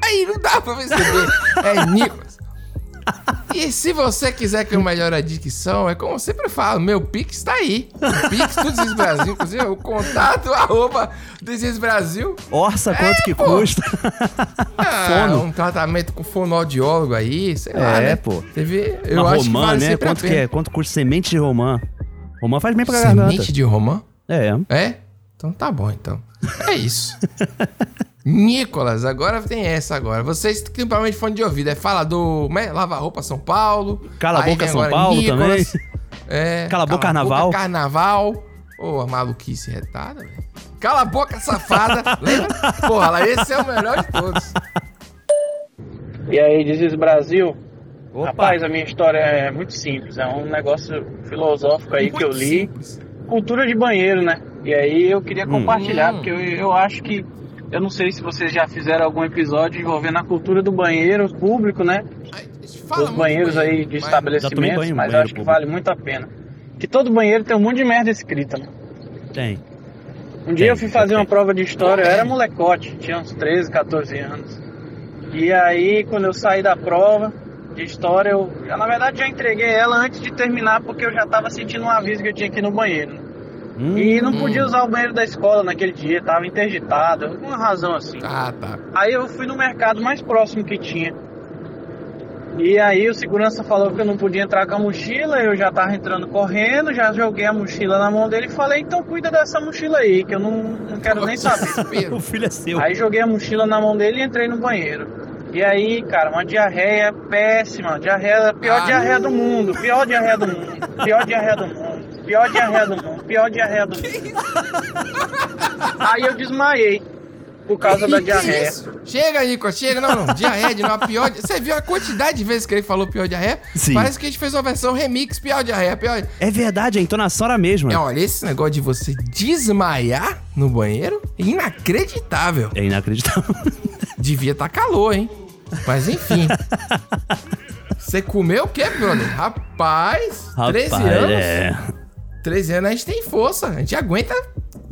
Speaker 2: Aí não dá pra perceber, é Nicolas. E se você quiser que eu melhore a dicção, é como eu sempre falo, meu Pix tá aí. O Pix, tudo Desis Brasil, inclusive o contato, arroba Desis Brasil.
Speaker 3: Orça quanto que
Speaker 2: É, pô.
Speaker 3: custa.
Speaker 2: Ah,
Speaker 3: Fono.
Speaker 2: Um tratamento com fonoaudiólogo aí, sei lá,
Speaker 3: É,
Speaker 2: né?
Speaker 3: pô.
Speaker 2: Teve, eu
Speaker 3: Uma
Speaker 2: acho
Speaker 3: romã,
Speaker 2: que vale
Speaker 3: né?
Speaker 2: sempre
Speaker 3: Quanto
Speaker 2: a
Speaker 3: que
Speaker 2: pena.
Speaker 3: é? Quanto custa semente de romã? Romã faz bem pra garganta.
Speaker 2: Semente de romã?
Speaker 3: É.
Speaker 2: É? Então tá bom, então. É isso. Nicolas, agora tem essa agora. Vocês têm principalmente fone de ouvido. É falador, como é? Lava Roupa São Paulo.
Speaker 3: Cala a
Speaker 2: Aí
Speaker 3: Boca
Speaker 2: vem
Speaker 3: São
Speaker 2: agora
Speaker 3: Paulo
Speaker 2: Nicolas.
Speaker 3: também.
Speaker 2: É,
Speaker 3: Cala a Boca Carnaval.
Speaker 2: Carnaval. Ô, a maluquice retada, velho. Cala a boca, safada. Lembra? Porra, lá, esse é o melhor de todos.
Speaker 11: E aí, Dizes Brasil?
Speaker 3: Opa.
Speaker 11: Rapaz, a minha história é muito simples, é um negócio filosófico aí que eu li. Cultura de banheiro, né? E aí eu queria
Speaker 3: Hum.
Speaker 11: compartilhar,
Speaker 2: Hum.
Speaker 11: porque eu, eu acho que. Eu não sei se vocês já fizeram algum episódio envolvendo a cultura do banheiro público, né?
Speaker 2: Fala
Speaker 11: Dos
Speaker 2: muito
Speaker 11: banheiros
Speaker 2: banheiro, mas-
Speaker 11: aí de
Speaker 3: Já tomei
Speaker 11: estabelecimentos,
Speaker 3: banho em
Speaker 11: mas eu
Speaker 3: banheiro
Speaker 11: acho que
Speaker 3: público.
Speaker 11: vale muito a pena. Que todo banheiro tem um monte de merda escrita, né?
Speaker 3: Tem.
Speaker 11: Um dia eu fui fazer uma prova de história, eu
Speaker 2: Ah, é?
Speaker 11: era molecote, tinha uns 13, 14 anos. E aí, quando eu saí da prova de história, eu, eu, na verdade já entreguei ela antes de terminar, porque eu já tava sentindo um aviso que eu tinha que ir no banheiro. né?
Speaker 3: Hum.
Speaker 11: E não podia usar o banheiro da escola naquele dia, tava interditado, alguma razão assim.
Speaker 2: Ah, tá.
Speaker 11: Aí eu fui no mercado mais próximo que tinha. E aí o segurança falou que eu não podia entrar com a mochila, eu já tava entrando correndo, já joguei a mochila na mão dele e falei, então cuida dessa mochila aí, que eu não, não quero nem saber.
Speaker 2: Desespero.
Speaker 3: O filho é seu.
Speaker 11: Aí joguei a mochila na mão dele e entrei no banheiro. E aí, cara, uma diarreia péssima, diarreia, pior
Speaker 2: Ah.
Speaker 11: diarreia do mundo, pior diarreia do mundo, pior diarreia do mundo, pior diarreia do mundo, pior diarreia do mundo. Aí eu desmaiei por causa da
Speaker 2: Que é
Speaker 11: diarreia.
Speaker 2: isso? Chega, Nicolas, chega. Não, não. Diarreia de novo, pior. di- Você viu a quantidade de vezes que ele falou pior diarreia?
Speaker 3: Sim.
Speaker 2: Parece que a gente fez uma versão remix, pior diarreia, pior.
Speaker 3: É verdade, a entonação era a mesma.
Speaker 2: É, olha, esse negócio de você desmaiar no banheiro é inacreditável.
Speaker 3: É inacreditável.
Speaker 2: Devia estar calor, hein? Mas enfim. Você comeu o quê, brother? Rapaz, 13
Speaker 3: Rapaz,
Speaker 2: anos.
Speaker 3: É,
Speaker 2: 13 anos a gente tem força. A gente aguenta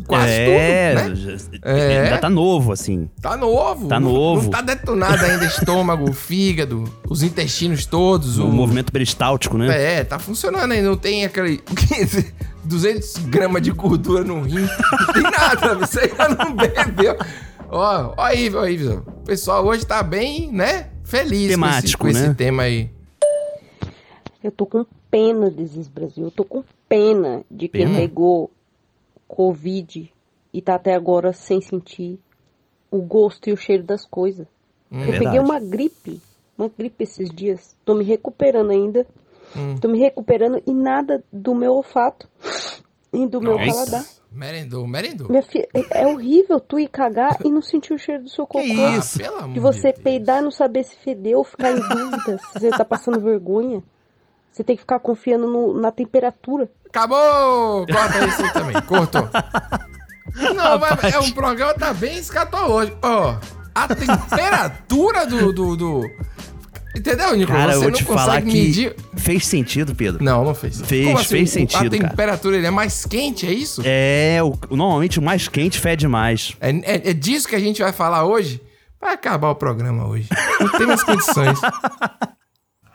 Speaker 2: quase
Speaker 3: é,
Speaker 2: tudo, né?
Speaker 3: já-
Speaker 2: É.
Speaker 3: Ainda tá novo, assim.
Speaker 2: Tá novo.
Speaker 3: Tá
Speaker 2: Não-
Speaker 3: novo.
Speaker 2: Não tá detonado ainda estômago, fígado, os intestinos todos.
Speaker 3: O movimento peristáltico, né?
Speaker 2: É, tá funcionando ainda. Não tem aquele 15, 200 gramas de gordura no rim. Não tem nada. Você ainda não bebeu. Ó, ó aí, ó aí, Visão. O pessoal hoje tá bem, né? Feliz
Speaker 3: Temático,
Speaker 2: com, esse, com
Speaker 3: né?
Speaker 2: esse tema aí.
Speaker 12: Eu tô com pena desses Brasil. Eu tô com pena de quem
Speaker 3: Pena?
Speaker 12: pegou Covid
Speaker 9: e tá até agora sem sentir o gosto e o cheiro das coisas.
Speaker 13: Hum,
Speaker 9: eu
Speaker 13: verdade.
Speaker 9: peguei uma gripe, uma gripe esses dias. Tô me recuperando ainda. Tô me recuperando e nada do meu olfato e do meu paladar.
Speaker 2: Merendou, merendou.
Speaker 9: Minha filha, é é horrível tu ir cagar e não sentir o cheiro do seu cocô.
Speaker 2: isso? Ah, pelo
Speaker 9: de
Speaker 2: amor
Speaker 9: você peidar e não saber se fedeu, ficar em dúvida se você tá passando vergonha. Você tem que ficar confiando no- na temperatura.
Speaker 2: Acabou! Corta isso aí também. Cortou. Não, mas
Speaker 9: Rapaz.
Speaker 2: é um programa que tá bem escatológico. Ó, a temperatura do, do, do- Entendeu, Nicolas?
Speaker 3: Cara, eu
Speaker 2: Você
Speaker 3: vou
Speaker 2: não
Speaker 3: te
Speaker 2: consegue
Speaker 3: falar que
Speaker 2: medir.
Speaker 3: fez sentido, Pedro.
Speaker 2: Não, não fez.
Speaker 3: Fez,
Speaker 2: Como assim?
Speaker 3: fez
Speaker 2: A
Speaker 3: sentido, cara.
Speaker 2: temperatura ele é mais quente, é isso?
Speaker 3: É, o, normalmente o mais quente fede mais.
Speaker 2: É, é- é disso que a gente vai falar hoje? Vai acabar o programa hoje. Não tem mais condições.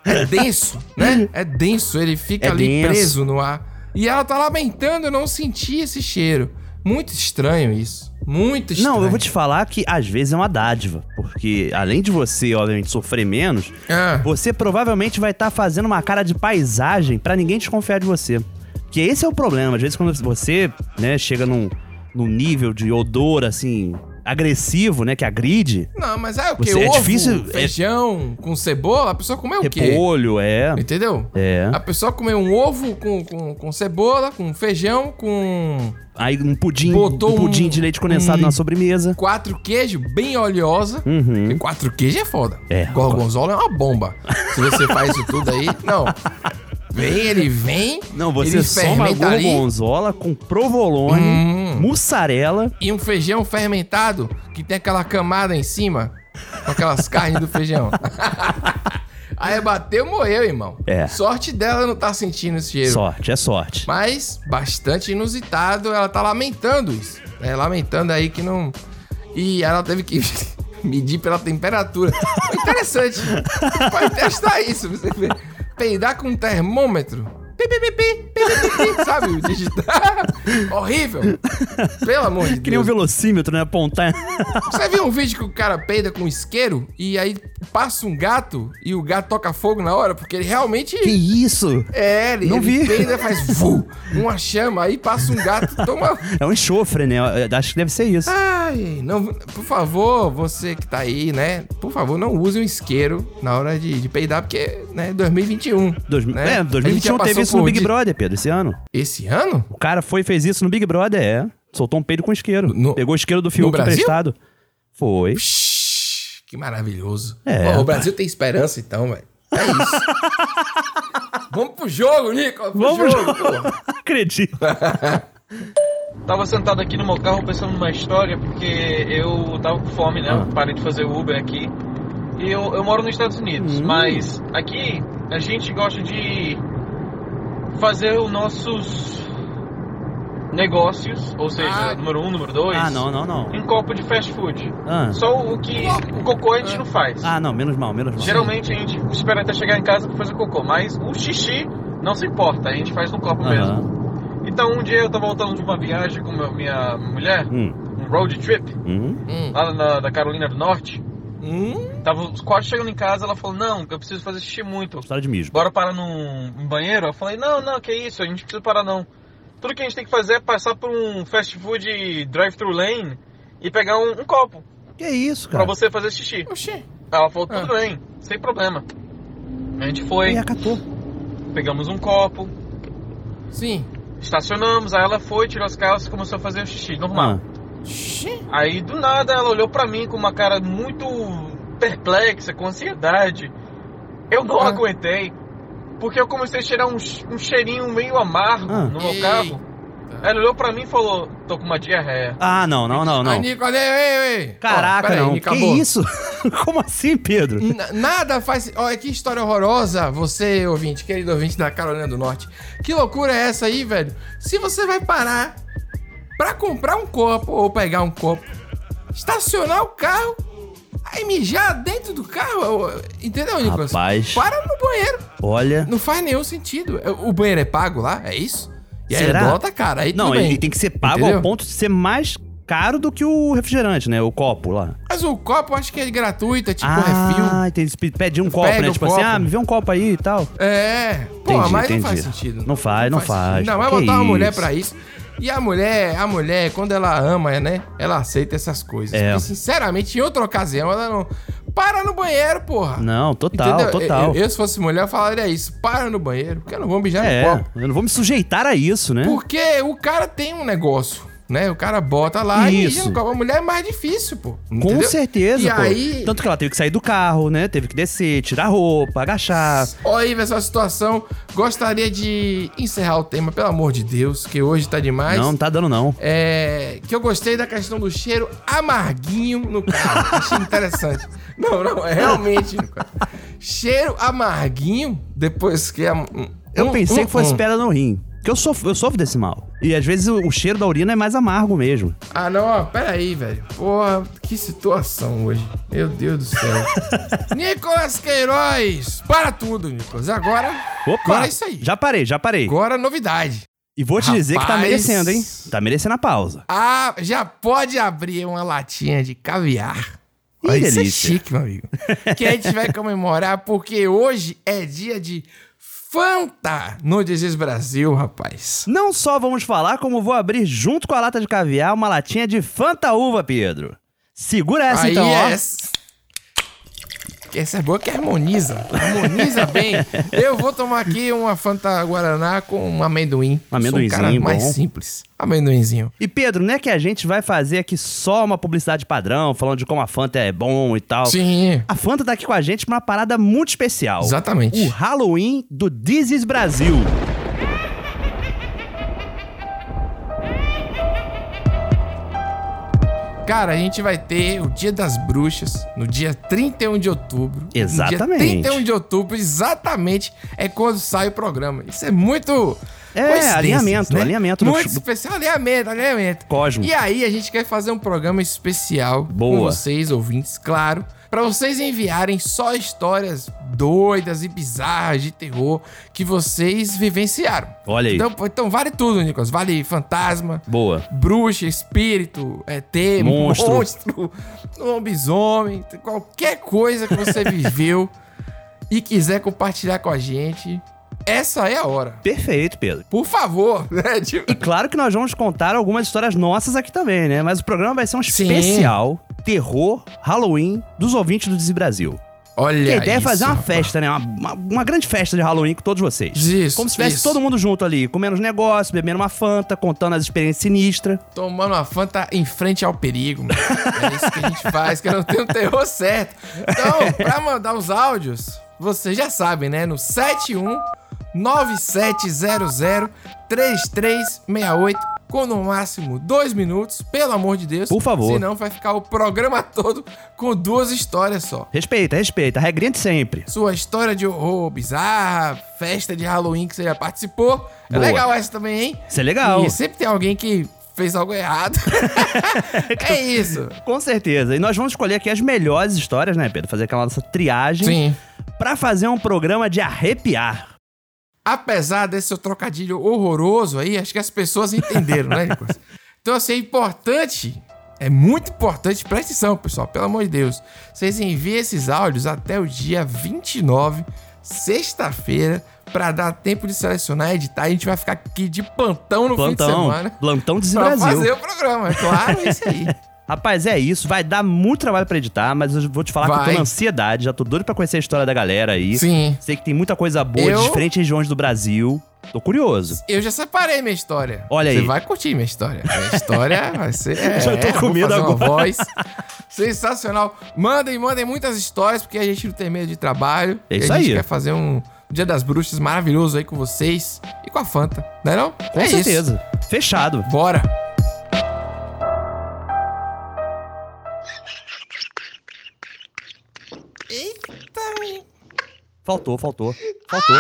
Speaker 2: É denso, né? É denso, ele fica
Speaker 3: É
Speaker 2: ali
Speaker 3: denso.
Speaker 2: preso no ar. E ela tá lamentando não sentir esse cheiro. Muito estranho isso. Muito estranho.
Speaker 3: Não, eu vou te falar que às vezes é uma dádiva. Porque além de você, obviamente, sofrer menos,
Speaker 2: Ah.
Speaker 3: você provavelmente vai estar fazendo uma cara de paisagem pra ninguém desconfiar de você. Porque esse é o problema. Às vezes, quando você né, chega num, num nível de odor, assim, agressivo, né, que agride.
Speaker 2: Não, mas é o quê?
Speaker 3: Você- é
Speaker 2: Ovo,
Speaker 3: difícil-
Speaker 2: feijão com cebola? A pessoa comeu o quê?
Speaker 3: Repolho, é.
Speaker 2: Entendeu?
Speaker 3: É.
Speaker 2: A pessoa comeu um ovo com, com, com cebola, com feijão, com...
Speaker 3: Aí um pudim,
Speaker 2: Botou
Speaker 3: um pudim
Speaker 2: um-
Speaker 3: de leite condensado
Speaker 2: um-
Speaker 3: na sobremesa.
Speaker 2: Quatro queijo, bem oleosa. Porque quatro queijo é foda.
Speaker 3: Uhum. É.
Speaker 2: Gorgonzola é uma bomba. Se você faz isso tudo aí, não. Vem, ele vem.
Speaker 3: Não, você
Speaker 2: ele
Speaker 3: soma
Speaker 2: fermenta ali.
Speaker 3: gorgonzola com provolone, Hum. mussarela.
Speaker 2: E um feijão fermentado que tem aquela camada em cima, com aquelas carnes do feijão. aí bateu, morreu, irmão.
Speaker 3: É.
Speaker 2: Sorte dela não tá sentindo esse cheiro.
Speaker 3: Sorte, é sorte.
Speaker 2: Mas bastante inusitado, ela tá lamentando isso. É, lamentando aí que não. E ela teve que medir pela temperatura. Foi interessante. Pode testar isso, pra você ver. Peidar com um termômetro. Pi, pi, pi, pi, pi, pi, pi, sabe? Digitar. Horrível. Pelo amor de
Speaker 3: Que nem um
Speaker 2: Deus.
Speaker 3: velocímetro, né? Apontar.
Speaker 2: Você viu um vídeo que o cara peida com um isqueiro e aí passa um gato e o gato toca fogo na hora? Porque ele realmente.
Speaker 3: Que isso?
Speaker 2: É, ele,
Speaker 3: Não
Speaker 2: ele
Speaker 3: vi.
Speaker 2: peida, faz vu, uma chama, aí passa um gato, toma.
Speaker 3: É um enxofre, né? Eu Acho que deve ser isso.
Speaker 2: Ai, não, por favor, você que tá aí, né? Por favor, não use um isqueiro na hora de, de peidar, porque, né, 2021.
Speaker 3: Dois,
Speaker 2: né?
Speaker 3: É,
Speaker 2: A gente já
Speaker 3: 2021 teve
Speaker 2: passou
Speaker 3: isso no
Speaker 2: por
Speaker 3: Big
Speaker 2: di-
Speaker 3: Brother, Pedro, esse ano.
Speaker 2: Esse ano?
Speaker 3: O cara foi e fez isso no Big Brother, é. Soltou um peido com isqueiro. Pegou o isqueiro do
Speaker 2: no
Speaker 3: Fiuk
Speaker 2: Brasil?
Speaker 3: emprestado. Foi.
Speaker 2: Que maravilhoso.
Speaker 3: É,
Speaker 2: Ó, o
Speaker 3: rapaz.
Speaker 2: Brasil tem esperança, então, velho. É isso. Vamos pro jogo, Nico. Pro
Speaker 1: Vamos pro
Speaker 2: jogo.
Speaker 3: Acredito.
Speaker 1: Tava sentado aqui no meu carro pensando numa história, porque eu tava com fome, né?
Speaker 3: Ah.
Speaker 1: Eu Parei de fazer Uber aqui. E eu, eu moro nos Estados Unidos,
Speaker 14: Hum.
Speaker 1: mas aqui a gente gosta de fazer os nossos negócios, ou seja, número um, número dois.
Speaker 3: Ah, não, não, não.
Speaker 1: Em copo de fast food.
Speaker 3: Ah.
Speaker 1: Só o que o cocô a gente não faz.
Speaker 3: Ah, não, menos mal, menos mal.
Speaker 1: Geralmente a gente espera até chegar em casa pra fazer cocô, mas o xixi não se importa, a gente faz no copo mesmo.
Speaker 3: Aham.
Speaker 1: Então um dia eu tava voltando de uma viagem com meu- minha mulher,
Speaker 3: Hum.
Speaker 1: um road trip,
Speaker 3: Hum.
Speaker 1: lá na, da Carolina do Norte. Tava quase chegando em casa, ela falou, não, eu preciso fazer xixi muito.
Speaker 3: História de mijo.
Speaker 1: Bora parar num num banheiro? Eu falei, não, não, que isso, a gente não precisa parar não. Tudo que a gente tem que fazer é passar por um fast food drive-thru lane e pegar um, um copo
Speaker 3: Que isso,
Speaker 1: pra
Speaker 3: cara? Ah.
Speaker 1: você fazer xixi. Ela falou, tudo bem, sem problema. A gente foi,
Speaker 3: E acatou.
Speaker 1: pegamos um copo.
Speaker 2: Sim.
Speaker 1: Estacionamos, aí ela foi, tirou as calças e começou a fazer xixi, normal.
Speaker 3: Ah.
Speaker 1: Aí do nada ela olhou pra mim com uma cara muito perplexa, com ansiedade. Eu não aguentei, porque eu comecei a cheirar um, che- um cheirinho meio amargo
Speaker 3: Ah.
Speaker 1: no meu carro. Ela olhou pra mim e falou: tô com uma diarreia.
Speaker 3: Ah, não, não, não,
Speaker 2: Aí,
Speaker 3: não.
Speaker 2: Nico, olha aí, ei, ei. Ó,
Speaker 3: Caraca,
Speaker 2: peraí,
Speaker 3: não.
Speaker 2: Nico,
Speaker 3: Que
Speaker 2: acabou. Hum.
Speaker 3: isso? Como assim, Pedro?
Speaker 2: N- Nada faz. Olha que história horrorosa, você ouvinte, querido ouvinte da Carolina do Norte. Que loucura é essa aí, velho? Se você vai parar pra comprar um copo ou pegar um copo, estacionar o carro, aí mijar dentro do carro, eu- entendeu, Nicolas?
Speaker 3: Rapaz.
Speaker 2: Para no banheiro.
Speaker 3: Olha.
Speaker 2: Não faz nenhum sentido. O banheiro é pago lá? É isso? E aí
Speaker 3: Será?
Speaker 2: bota, cara. Aí
Speaker 3: não,
Speaker 2: tudo bem.
Speaker 3: ele tem que ser pago
Speaker 2: Entendeu?
Speaker 3: ao ponto de ser mais caro do que o refrigerante, né? O copo lá.
Speaker 2: Mas o copo acho que é gratuito, é tipo refil.
Speaker 3: ah, entendi. Você Pede um copo,
Speaker 2: Pega
Speaker 3: né?
Speaker 2: o
Speaker 3: Tipo
Speaker 2: copo.
Speaker 3: assim, ah, me vê um copo aí e tal.
Speaker 2: É. Pô, mas não faz sentido.
Speaker 3: Não faz, não faz.
Speaker 2: Não, vai
Speaker 3: Que
Speaker 2: botar uma mulher
Speaker 3: isso?
Speaker 2: pra isso. E a mulher, a mulher, quando ela ama, né? Ela aceita essas coisas.
Speaker 3: É.
Speaker 2: Porque, sinceramente, em outra ocasião, ela não. Para no banheiro, porra!
Speaker 3: Não, total,
Speaker 2: Entendeu?
Speaker 3: total.
Speaker 2: Eu, eu, se fosse mulher, eu falaria isso. Para no banheiro, porque eu não vou mijar
Speaker 3: é,
Speaker 2: no Um copo.
Speaker 3: eu não vou me sujeitar a isso, né?
Speaker 2: Porque o cara tem um negócio, né? O cara bota lá e
Speaker 3: Isso.
Speaker 2: mija no copo. A mulher é mais difícil, pô.
Speaker 3: Com
Speaker 2: Entendeu?
Speaker 3: certeza,
Speaker 2: E
Speaker 3: pô.
Speaker 2: aí,
Speaker 3: Tanto que ela teve que sair do carro, né? Teve que descer, tirar roupa, agachar.
Speaker 2: Olha aí essa situação. Gostaria de encerrar o tema, pelo amor de Deus, que hoje tá demais.
Speaker 3: Não, não tá dando não.
Speaker 2: É, que eu gostei da questão do cheiro amarguinho no carro. Achei interessante. Não, não, é realmente. cara. Cheiro amarguinho depois que é um, a.
Speaker 3: Eu pensei que fosse
Speaker 2: pera.
Speaker 3: pedra no rim. Porque eu sofro, eu sofro desse mal. E às vezes o, o cheiro da urina é mais amargo mesmo.
Speaker 2: Ah, não, ó, peraí, velho. Porra, que situação hoje. Meu Deus do céu. Nicolas Queiroz! Para tudo, Nicolas. Agora.
Speaker 3: Opa!
Speaker 2: Agora é isso aí.
Speaker 3: Já parei, já parei.
Speaker 2: Agora é novidade.
Speaker 3: E vou te dizer que tá
Speaker 2: Rapaz.
Speaker 3: merecendo, hein? Tá merecendo a pausa.
Speaker 2: Ah, já pode abrir uma latinha de caviar.
Speaker 3: Ih,
Speaker 2: Olha, isso é
Speaker 3: delícia.
Speaker 2: chique, meu amigo. Que a gente vai comemorar porque hoje é dia de Fanta no Desis Brasil, rapaz.
Speaker 3: Não só vamos falar, como vou abrir junto com a lata de caviar uma latinha de Fanta Uva, Pedro. Segura essa
Speaker 2: Aí é.
Speaker 3: então, ó.
Speaker 2: essa- Que essa é boa que harmoniza. Harmoniza bem. Eu vou tomar aqui uma Fanta Guaraná com um amendoim. Eu sou um
Speaker 3: Amendoinzinho,
Speaker 2: cara mais
Speaker 3: bom.
Speaker 2: simples. Amendoinzinho.
Speaker 3: E Pedro, não é que a gente vai fazer aqui só uma publicidade padrão, falando de como a Fanta é bom e tal.
Speaker 2: Sim.
Speaker 3: A Fanta tá aqui com a gente pra uma parada muito especial.
Speaker 2: Exatamente.
Speaker 3: O Halloween do This is Brasil.
Speaker 2: Cara, a gente vai ter o Dia das Bruxas no dia 31 de outubro. No
Speaker 3: Exatamente.
Speaker 2: dia 31 de outubro, exatamente, é quando sai o programa. Isso é muito.
Speaker 3: É,
Speaker 2: coincidências,
Speaker 3: alinhamento, alinhamento do-
Speaker 2: Muito
Speaker 3: do-
Speaker 2: especial, alinhamento, alinhamento.
Speaker 3: Cosmo.
Speaker 2: E é. aí, a gente quer fazer um programa especial
Speaker 3: Boa.
Speaker 2: com vocês, ouvintes, claro. Pra vocês enviarem só histórias doidas e bizarras de terror que vocês vivenciaram.
Speaker 3: Olha aí.
Speaker 2: Então, pô, então vale tudo, Nicolas. Vale fantasma,
Speaker 3: Boa.
Speaker 2: bruxa, espírito, ET,
Speaker 3: Monstro.
Speaker 2: monstro, lobisomem, qualquer coisa que você viveu e quiser compartilhar com a gente, essa é a hora.
Speaker 3: Perfeito, Pedro.
Speaker 2: Por favor, né? Tipo,
Speaker 3: E claro que nós vamos contar algumas histórias nossas aqui também, né? Mas o programa vai ser um
Speaker 2: Sim.
Speaker 3: especial terror Halloween dos ouvintes do This is Brasil.
Speaker 2: Olha
Speaker 3: Que a ideia é
Speaker 2: isso,
Speaker 3: fazer uma
Speaker 2: rapaz.
Speaker 3: festa, né? Uma, uma- uma grande festa de Halloween com todos vocês.
Speaker 2: Isso,
Speaker 3: Como se tivesse
Speaker 2: isso.
Speaker 3: todo mundo junto ali, comendo os negócios, bebendo uma Fanta, contando as experiências sinistras.
Speaker 2: Tomando uma Fanta em frente ao perigo, mano. É isso que a gente faz, que eu não tenho terror certo. Então, pra mandar os áudios, vocês já sabem, né? No 71970033668, com no máximo dois minutos, pelo amor de Deus.
Speaker 3: Por favor.
Speaker 2: Senão vai ficar o programa todo com duas histórias só.
Speaker 3: Respeita, respeita. A regrinha de sempre.
Speaker 2: Sua história de horror bizarra, festa de Halloween que você já participou. É
Speaker 3: Boa.
Speaker 2: legal essa também, hein?
Speaker 3: Isso é legal.
Speaker 2: E sempre tem alguém que fez algo errado. é isso.
Speaker 3: Com certeza. E nós vamos escolher aqui as melhores histórias, né, Pedro? Fazer aquela nossa triagem.
Speaker 2: Sim.
Speaker 3: Pra fazer um programa de arrepiar.
Speaker 2: Apesar desse seu trocadilho horroroso aí, acho que as pessoas entenderam, né, Nicolas? Então, assim, é importante, é muito importante, presta atenção, pessoal, pelo amor de Deus. Vocês enviem esses áudios até o dia 29, sexta-feira, pra dar tempo de selecionar e editar. A gente vai ficar aqui de plantão no fim de
Speaker 3: plantão.
Speaker 2: semana.
Speaker 3: plantão de
Speaker 2: Pra
Speaker 3: Brasil.
Speaker 2: fazer o programa, é claro, é isso aí.
Speaker 3: Rapaz, é isso. Vai dar muito trabalho pra editar, mas eu vou te falar que eu tô
Speaker 2: Vai.
Speaker 3: na ansiedade. Já tô doido pra conhecer a história da galera aí.
Speaker 2: Sim.
Speaker 3: Sei que tem muita coisa boa
Speaker 2: Eu-
Speaker 3: de diferentes regiões do Brasil. Tô curioso.
Speaker 2: Eu já separei minha história.
Speaker 3: Olha
Speaker 2: Você
Speaker 3: aí.
Speaker 2: vai curtir minha história. Minha história vai ser.
Speaker 3: Já tô
Speaker 2: é,
Speaker 3: com
Speaker 2: vou
Speaker 3: medo
Speaker 2: fazer uma
Speaker 3: agora.
Speaker 2: voz. Sensacional. Mandem, mandem muitas histórias, porque a gente não tem medo de trabalho.
Speaker 3: É
Speaker 2: E
Speaker 3: isso
Speaker 2: a gente
Speaker 3: aí.
Speaker 2: quer fazer um Dia das Bruxas maravilhoso aí com vocês e com a Fanta. Não é não?
Speaker 3: Com
Speaker 2: É isso.
Speaker 3: certeza. Fechado.
Speaker 2: Bora.
Speaker 3: Faltou, faltou. Faltou.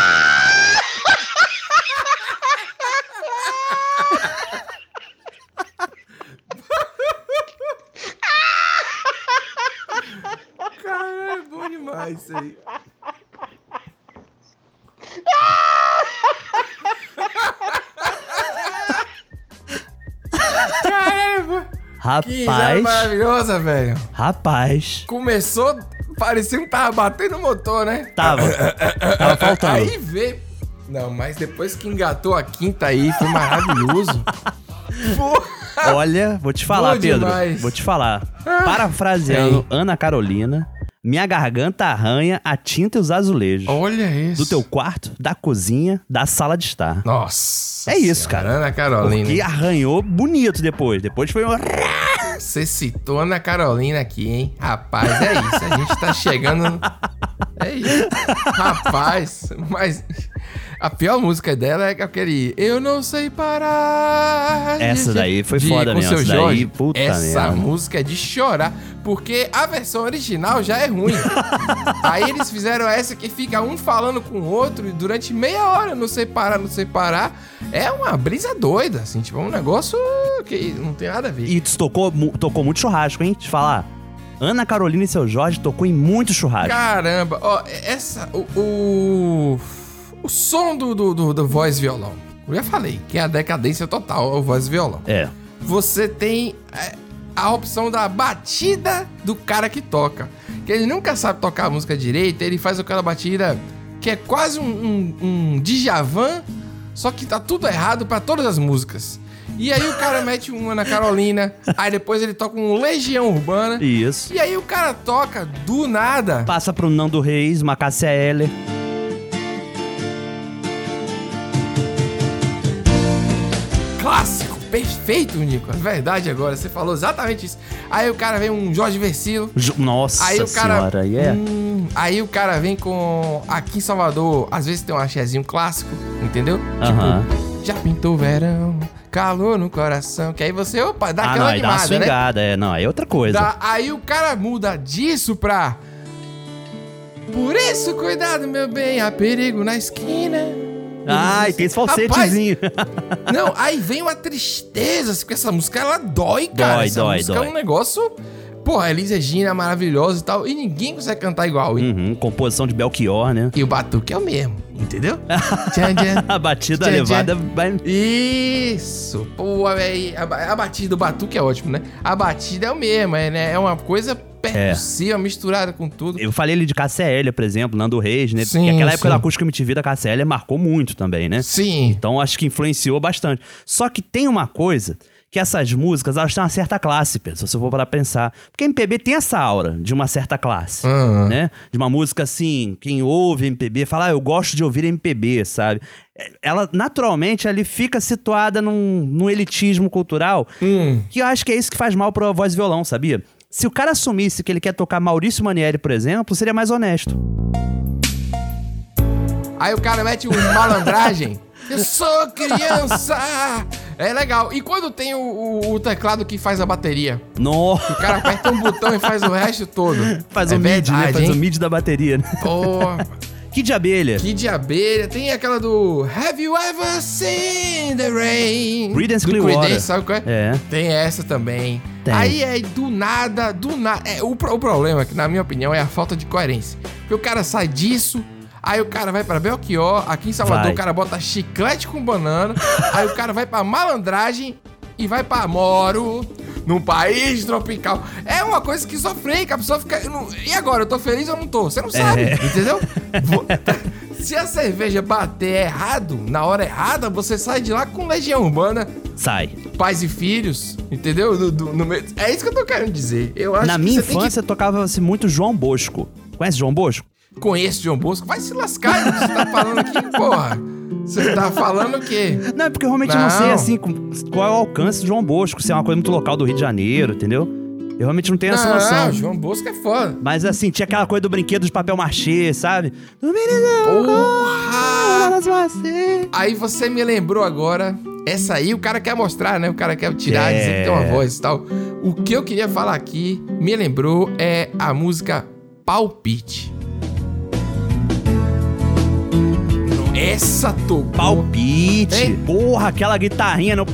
Speaker 2: Caralho, é bom demais isso aí. Caralho, é que história
Speaker 3: Rapaz.
Speaker 2: maravilhosa, velho.
Speaker 3: Rapaz.
Speaker 2: Começou, parecia que tava batendo o motor, né?
Speaker 3: Tava. Tava faltando.
Speaker 2: Aí veio. Não, mas depois que engatou a quinta aí, foi maravilhoso.
Speaker 3: Olha, vou te falar,
Speaker 2: Bom
Speaker 3: Pedro.
Speaker 2: demais. Ah.
Speaker 3: Vou te falar. Parafraseando Ana Carolina, minha garganta arranha a tinta e os azulejos.
Speaker 2: Olha isso.
Speaker 3: Do teu quarto, da cozinha, da sala de estar.
Speaker 2: Nossa.
Speaker 3: É isso, cara.
Speaker 2: Ana Carolina.
Speaker 3: Porque arranhou bonito depois. Depois foi um.
Speaker 2: Você citou Ana Carolina aqui, hein? Rapaz, é isso. A gente tá chegando. É isso. Rapaz, mas. A pior música dela é aquele Eu Não Sei Parar. de-
Speaker 3: Essa daí foi
Speaker 2: de-
Speaker 3: foda
Speaker 2: com
Speaker 3: mesmo,
Speaker 2: Seu
Speaker 3: essa daí,
Speaker 2: Jorge.
Speaker 3: puta
Speaker 2: Essa
Speaker 3: merda.
Speaker 2: música é de chorar, porque a versão original já é ruim. Aí eles fizeram essa que fica um falando com o outro e durante meia hora não sei parar, não sei parar. É uma brisa doida, assim, tipo, é um negócio que não tem nada a ver.
Speaker 3: E tu tocou, mu- tocou muito churrasco, hein? Te falar. Ana Carolina e seu Jorge tocou em muito churrasco.
Speaker 2: Caramba, ó, essa. O. O, o som do, do, do, do voz e violão. Eu já falei, que é a decadência total, é o voz e violão.
Speaker 3: É.
Speaker 2: Você tem é, a opção da batida do cara que toca. Que ele nunca sabe tocar a música direito, ele faz aquela batida que é quase um, um, um Djavan, só que tá tudo errado pra todas as músicas. E aí o cara mete uma na Carolina, aí depois ele toca um Legião Urbana.
Speaker 3: Isso.
Speaker 2: E aí o cara toca do nada.
Speaker 3: Passa pro Nando Reis, uma Cássia L.
Speaker 2: Clássico, perfeito, Nico. É verdade agora, você falou exatamente isso. Aí o cara vem um Jorge Versilo.
Speaker 3: Ju- Nossa
Speaker 2: Aí o cara-
Speaker 3: senhora, aí é.
Speaker 2: Hum, aí o cara vem com. Aqui em Salvador, às vezes tem um axézinho clássico, entendeu?
Speaker 3: Aham.
Speaker 2: Tipo, já pintou o verão, calor no coração. Que aí você, opa, dá
Speaker 3: Ah, não,
Speaker 2: aquela
Speaker 3: aí dá uma
Speaker 2: animada, né?
Speaker 3: swingada, é. Não, aí é outra coisa.
Speaker 2: Dá- aí o cara muda disso pra. Por isso, cuidado, meu bem, há perigo na esquina.
Speaker 3: Ai, tem esse falsetezinho.
Speaker 2: Não, aí vem uma tristeza, assim, porque essa música ela dói, cara.
Speaker 3: Dói,
Speaker 2: essa
Speaker 3: dói,
Speaker 2: música
Speaker 3: dói.
Speaker 2: é um negócio. Porra, Elis Regina é maravilhosa e tal. E ninguém consegue cantar igual. E
Speaker 3: Uhum, composição de Belchior, né?
Speaker 2: E o batuque é o mesmo, entendeu? Tchan, tchan.
Speaker 3: A batida
Speaker 2: Tchan,
Speaker 3: levada.
Speaker 2: tchan. Isso! Pô, véi, a, ba- a batida, o batuque é ótimo, né? A batida é o mesmo, é, né? É uma coisa percussiva, é misturada com tudo.
Speaker 3: É. Eu falei ali de Cássia L, por exemplo, Nando Reis, né?
Speaker 2: Sim,
Speaker 3: Porque aquela época
Speaker 2: sim.
Speaker 3: da acústica MTV da Cássia L marcou muito também, né?
Speaker 2: Sim.
Speaker 3: Então acho que influenciou bastante. Só que tem uma coisa que essas músicas, elas têm uma certa classe, Pedro, se você for para pensar. Porque MPB tem essa aura de uma certa classe,
Speaker 2: Aham.
Speaker 3: né? De uma música assim, quem ouve MPB fala, ah, eu gosto de ouvir MPB, sabe? É, Ela, naturalmente, ali fica situada num, num elitismo cultural
Speaker 2: Hum.
Speaker 3: que eu acho que é isso que faz mal pra voz e violão, sabia? Se o cara assumisse que ele quer tocar Maurício Manieri, por exemplo, seria mais honesto.
Speaker 2: Aí o cara mete um malandragem. Eu sou criança! É legal. E quando tem o, o- o teclado que faz a bateria?
Speaker 3: No.
Speaker 2: O cara aperta um botão e faz o resto todo.
Speaker 3: Faz
Speaker 2: É
Speaker 3: o mid, né?
Speaker 2: verdade,
Speaker 3: Faz o
Speaker 2: hein?
Speaker 3: mid da bateria, né? Kid Abelha.
Speaker 2: Kid Abelha. Tem aquela do Have You Ever Seen the Rain?
Speaker 3: Creedence
Speaker 2: Do
Speaker 3: Clearwater.
Speaker 2: Creedence, sabe qual é?
Speaker 3: É.
Speaker 2: Tem essa também.
Speaker 3: Tem.
Speaker 2: Aí é do nada, do nada. É, o, pro- o problema, que na minha opinião, é a falta de coerência. Porque o cara sai disso, aí o cara vai pra Belchior, aqui em Salvador
Speaker 3: Vai.
Speaker 2: o cara bota chiclete com banana, aí o cara vai pra malandragem e vai pra Moro. Num país tropical. É uma coisa esquizofrênica, a pessoa fica. eu não- E agora? Eu tô feliz ou não tô? Você não
Speaker 3: É.
Speaker 2: sabe, entendeu? Vo- Se a cerveja bater errado, na hora errada, você sai de lá com legião urbana.
Speaker 3: Sai.
Speaker 2: Pais e filhos, entendeu? Do- do- no meio- É isso que eu tô querendo dizer. Eu acho
Speaker 3: Na
Speaker 2: que
Speaker 3: minha
Speaker 2: você tem que-
Speaker 3: infância tocava-se muito João Bosco. Conhece João Bosco?
Speaker 2: Conheço João Bosco. Vai se lascar, você tá falando aqui, porra. Você tá falando o quê?
Speaker 3: Não, é porque eu realmente não, sei assim com- qual é o alcance de João Bosco, se é uma coisa muito local do Rio de Janeiro, entendeu? Eu realmente não tenho essa
Speaker 2: Não,
Speaker 3: noção.
Speaker 2: João Bosco é foda.
Speaker 3: Mas assim, tinha aquela coisa do brinquedo de papel machê, sabe?
Speaker 2: Porra! Aí você me lembrou agora. Essa aí o cara quer mostrar, né? O cara quer tirar,
Speaker 3: É.
Speaker 2: dizer que tem uma voz e tal. O que eu queria falar aqui, me lembrou, é a música Palpite. Essa tocou.
Speaker 3: Palpite. Porra, aquela guitarrinha no...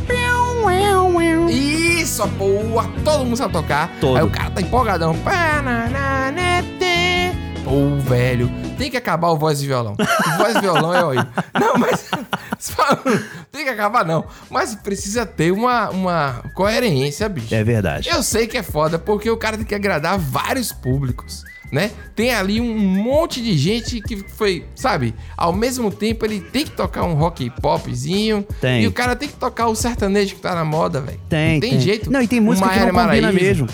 Speaker 2: Isso, boa! Todo mundo sabe tocar.
Speaker 3: Todo.
Speaker 2: Aí o cara tá empolgadão. Pô, velho, tem que acabar o voz e violão. O voz e violão é horrível. Não, mas. falando, tem que acabar, não. Mas precisa ter uma, uma coerência, bicho.
Speaker 3: É verdade.
Speaker 2: Eu sei que é foda, porque o cara tem que agradar vários públicos. né? Tem ali um monte de gente que foi, sabe? Ao mesmo tempo ele tem que tocar um rock popzinho.
Speaker 3: Tem.
Speaker 2: E o cara tem que tocar o sertanejo que tá na moda, velho.
Speaker 3: Tem,
Speaker 2: Não tem, jeito.
Speaker 3: Não, e tem música que
Speaker 2: Maiara
Speaker 3: não combina
Speaker 2: Maraíza.
Speaker 3: mesmo.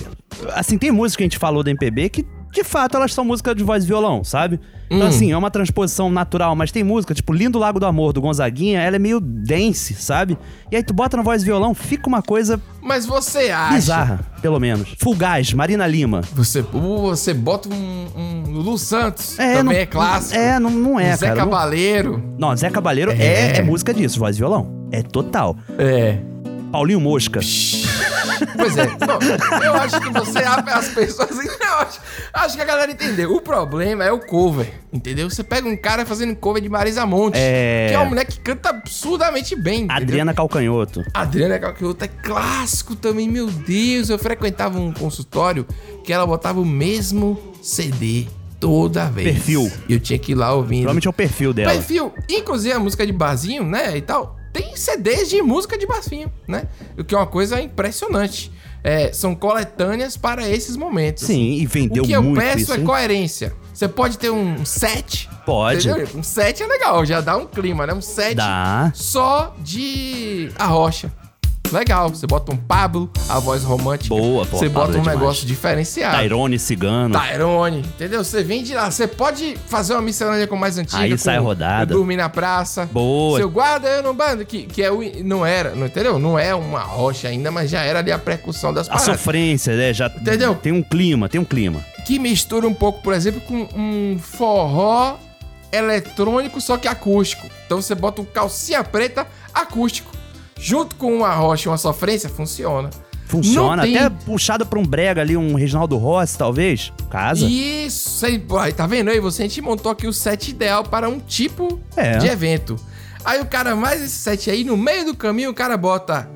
Speaker 3: Assim, tem música que a gente falou da MPB que, de fato, elas são música de voz e violão, sabe? Então,
Speaker 2: Hum.
Speaker 3: assim, é uma transposição natural, mas tem música, tipo Lindo Lago do Amor, do Gonzaguinha, ela é meio dance, sabe? E aí tu bota na voz e violão, fica uma coisa
Speaker 2: Mas você acha.
Speaker 3: bizarra, pelo menos. Fulgaz, Marina Lima.
Speaker 2: Você, você bota um, um Lulu Santos.
Speaker 3: É,
Speaker 2: também
Speaker 3: não-
Speaker 2: é clássico.
Speaker 3: É, não, não é,
Speaker 2: Zé
Speaker 3: cara. não-
Speaker 2: Cabaleiro.
Speaker 3: Não, Zé Cabaleiro é. É, música disso, voz e violão. É total.
Speaker 2: É.
Speaker 3: Paulinho Mosca.
Speaker 2: Pois é. Bom, eu acho que você abre as pessoas. Eu acho, acho que a galera entendeu. O problema é o cover. Entendeu? Você pega um cara fazendo cover de Marisa Monte.
Speaker 3: É.
Speaker 2: Que é uma mulher que canta absurdamente bem. entendeu?
Speaker 3: Adriana Calcanhoto.
Speaker 2: Adriana Calcanhoto é clássico também, meu Deus. Eu frequentava um consultório que ela botava o mesmo CD toda vez.
Speaker 3: Perfil.
Speaker 2: E eu tinha que ir lá ouvindo.
Speaker 3: Provavelmente é o perfil dela.
Speaker 2: Perfil, inclusive a música de Barzinho, né, e tal, tem CDs de música de Barzinho, né? O que é uma coisa impressionante. É, são coletâneas para esses momentos.
Speaker 3: Sim, e vendeu
Speaker 2: O que eu
Speaker 3: muito
Speaker 2: peço
Speaker 3: isso,
Speaker 2: é
Speaker 3: hein?
Speaker 2: coerência. Você pode ter um set.
Speaker 3: Pode.
Speaker 2: entendeu? Um set é legal, já dá um clima, né? Um set
Speaker 3: Dá.
Speaker 2: só de a rocha. Legal, você bota um Pablo, a voz romântica.
Speaker 3: Boa, pô.
Speaker 2: Você
Speaker 3: Pablo
Speaker 2: bota um
Speaker 3: é demais. Tá,
Speaker 2: negócio diferenciado.
Speaker 3: Tyrone Cigano.
Speaker 2: Tá, Tyrone, um entendeu? Você vende lá, você pode fazer uma miscelânea com mais antiga.
Speaker 3: Aí
Speaker 2: com
Speaker 3: sai a rodada.
Speaker 2: Eu dormi na praça.
Speaker 3: Boa.
Speaker 2: Seu guarda, eu não bando. Que, que é o, não era, não, entendeu? Não é uma rocha ainda, mas já era ali a percussão das
Speaker 3: A
Speaker 2: paradas.
Speaker 3: sofrência, né? Já
Speaker 2: Entendeu?
Speaker 3: Tem um clima, tem um clima.
Speaker 2: Que mistura um pouco, por exemplo, com um forró eletrônico, só que acústico. Então você bota um calcinha preta acústico. Junto com uma rocha e uma sofrência, funciona.
Speaker 3: Funciona,
Speaker 2: Não tem-
Speaker 3: até puxado pra um brega ali, um Reginaldo Rossi, talvez. Casa.
Speaker 2: Isso, aí, pô, aí tá vendo aí? Você a gente montou aqui o set ideal para um tipo
Speaker 3: É.
Speaker 2: de evento. Aí o cara mais esse set aí, no meio do caminho, o cara bota.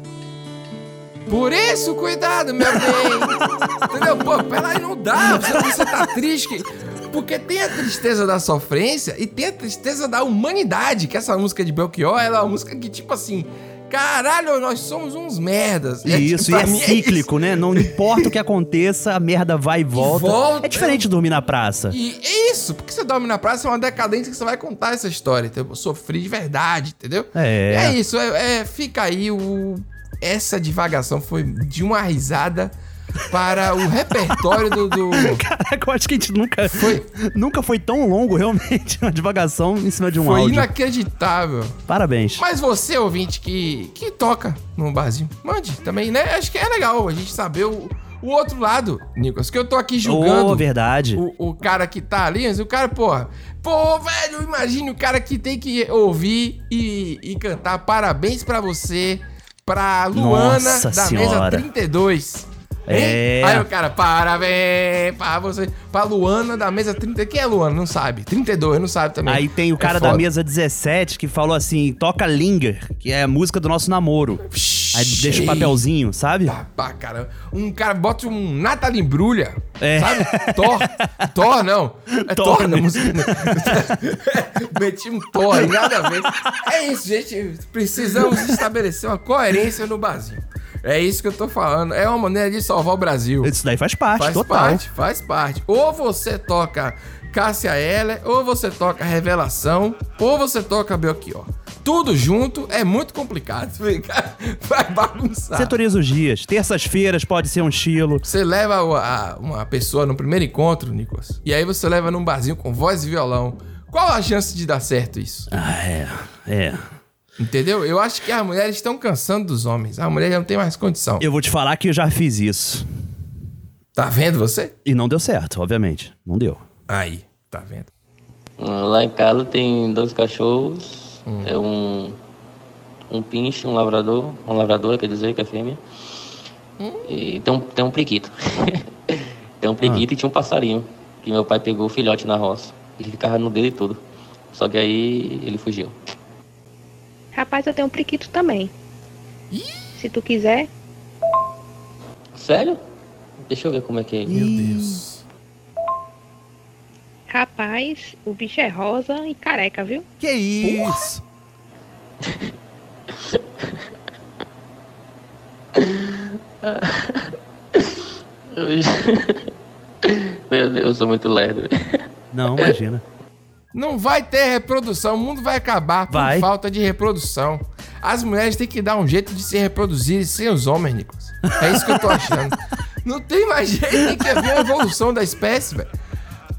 Speaker 2: Por isso, cuidado, meu bem! Entendeu? Pô, peraí, não dá. Você, você tá triste. que- Porque tem a tristeza da sofrência e tem a tristeza da humanidade. Que essa música de Belchior ela é uma música que, tipo assim, caralho, nós somos uns merdas. tipo,
Speaker 3: E isso, e
Speaker 2: pra
Speaker 3: é
Speaker 2: mim
Speaker 3: cíclico, né? Não importa o que aconteça, a merda vai e volta.
Speaker 2: volta.
Speaker 3: É diferente de dormir na praça.
Speaker 2: E é isso, porque você dorme na praça é uma decadência que você vai contar essa história. Então, eu sofri de verdade, entendeu?
Speaker 3: É.
Speaker 2: É isso, é, é- fica aí o. Essa divagação foi de uma risada para o repertório do. do-
Speaker 3: Caraca, eu acho que a gente nunca foi, nunca foi tão longo, realmente, uma divagação em cima de um
Speaker 2: Foi
Speaker 3: áudio.
Speaker 2: inacreditável.
Speaker 3: Parabéns.
Speaker 2: Mas você, ouvinte, que, que toca num barzinho, mande também, né? Acho que é legal a gente saber o, o outro lado, Nicolas. Que eu tô aqui julgando.
Speaker 3: Oh, verdade.
Speaker 2: o, o cara que tá ali, mas o cara, porra. Pô, velho, imagina o cara que tem que ouvir e, e cantar parabéns pra você, pra Luana
Speaker 3: Nossa
Speaker 2: da mesa
Speaker 3: Senhora.
Speaker 2: 32. Hein?
Speaker 3: É.
Speaker 2: Aí o cara, parabéns pra você, pra Luana da mesa 30. Quem é Luana? Não sabe. 32, não sabe também.
Speaker 3: Aí tem o
Speaker 2: É
Speaker 3: cara da
Speaker 2: foda.
Speaker 3: mesa 17 que falou assim: toca Linger, que é a música do nosso namoro. Aí deixa o papelzinho, sabe?
Speaker 2: Pá, cara. Um cara bota um Natalie Embrulha. Sabe? Thor. Thor, não. É Thor,
Speaker 3: Thor,
Speaker 2: na
Speaker 3: né?
Speaker 2: música. Meti um Thor aí, nada a ver. É isso, gente. Precisamos estabelecer uma coerência no Brasil. É isso que eu tô falando. É uma maneira de salvar o Brasil.
Speaker 3: Isso daí faz parte,
Speaker 2: Faz
Speaker 3: total.
Speaker 2: parte, faz parte. Ou você toca Cássia Eller, ou você toca Revelação, ou você toca Belchior. Tudo junto é muito complicado. Fica- Vai bagunçar.
Speaker 3: Setoriza os dias. Terças-feiras pode ser um estilo.
Speaker 2: Você leva o- a- uma pessoa no primeiro encontro, Nicolas, e aí você leva num barzinho com voz e violão. Qual a chance de dar certo isso?
Speaker 3: Ah, é. É.
Speaker 2: Entendeu? Eu acho que as mulheres estão cansando dos homens. A mulher já não tem mais condição.
Speaker 3: Eu vou te falar que eu já fiz isso.
Speaker 2: Tá vendo você?
Speaker 3: E não deu certo, obviamente. Não deu.
Speaker 2: Aí, tá vendo?
Speaker 15: Lá em casa tem dois cachorros, é um, um pinche, um lavrador, uma lavradora, quer dizer, que é fêmea. E tem um, tem um priquito. tem um priquito e tinha um passarinho, que meu pai pegou o filhote na roça. Ele ficava no dele todo. Só que aí ele fugiu.
Speaker 16: Rapaz, eu tenho um priquito também. Se tu quiser,
Speaker 15: Sério? Deixa eu ver como é que é ele. Meu
Speaker 2: Deus.
Speaker 16: rapaz, o bicho é rosa e careca, viu?
Speaker 3: Que isso?
Speaker 15: Meu Deus, eu sou muito lerdo.
Speaker 3: Não, imagina.
Speaker 2: Não vai ter reprodução, o mundo vai acabar por
Speaker 3: Vai.
Speaker 2: falta de reprodução. As mulheres têm que dar um jeito de se reproduzirem sem os homens, Nicolas. É isso que eu tô achando. Não tem mais jeito, tem que haver uma evolução da espécie, velho.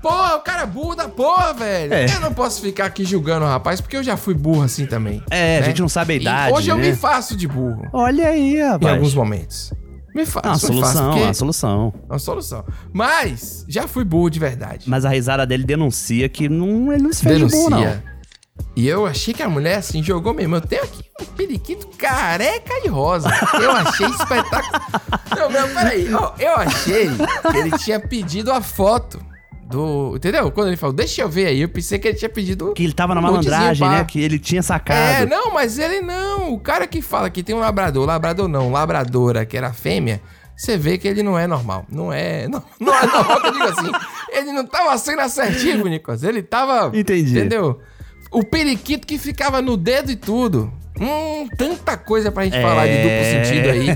Speaker 2: Porra, o cara é burro da porra, velho.
Speaker 3: É.
Speaker 2: Eu não posso ficar aqui julgando o rapaz, porque eu já fui burro assim também.
Speaker 3: É, a gente não sabe a
Speaker 2: E
Speaker 3: idade,
Speaker 2: Hoje eu
Speaker 3: né?
Speaker 2: me faço de burro.
Speaker 3: Olha aí, rapaz.
Speaker 2: Em alguns momentos. Me faço.
Speaker 3: Não, a
Speaker 2: me faço,
Speaker 3: solução,
Speaker 2: porque-
Speaker 3: a solução.
Speaker 2: É uma solução. Mas, já fui burro de verdade.
Speaker 3: Mas a risada dele denuncia que não, ele não se fez de burro, não.
Speaker 2: Denuncia. é. E eu achei que a mulher assim jogou mesmo. Eu tenho aqui um periquito careca de rosa. Eu achei espetáculo. Não, não, peraí. Ó, eu achei que ele tinha pedido a foto do. Entendeu? Quando ele falou, deixa eu ver aí, eu pensei que ele tinha pedido.
Speaker 3: Que ele tava na
Speaker 2: um lotezinho
Speaker 3: malandragem,
Speaker 2: pra-
Speaker 3: né? Que ele tinha sacado.
Speaker 2: É, não, mas ele não. O cara que fala que tem um labrador, labrador não, labradora, que era fêmea, você vê que ele não é normal. Não é. Não, não é normal que eu digo assim. Ele não tava sendo assertivo, Nicolas. Ele tava.
Speaker 3: Entendi.
Speaker 2: Entendeu? O periquito que ficava no dedo e tudo. Hum, tanta coisa pra gente falar de duplo
Speaker 3: É.
Speaker 2: sentido aí.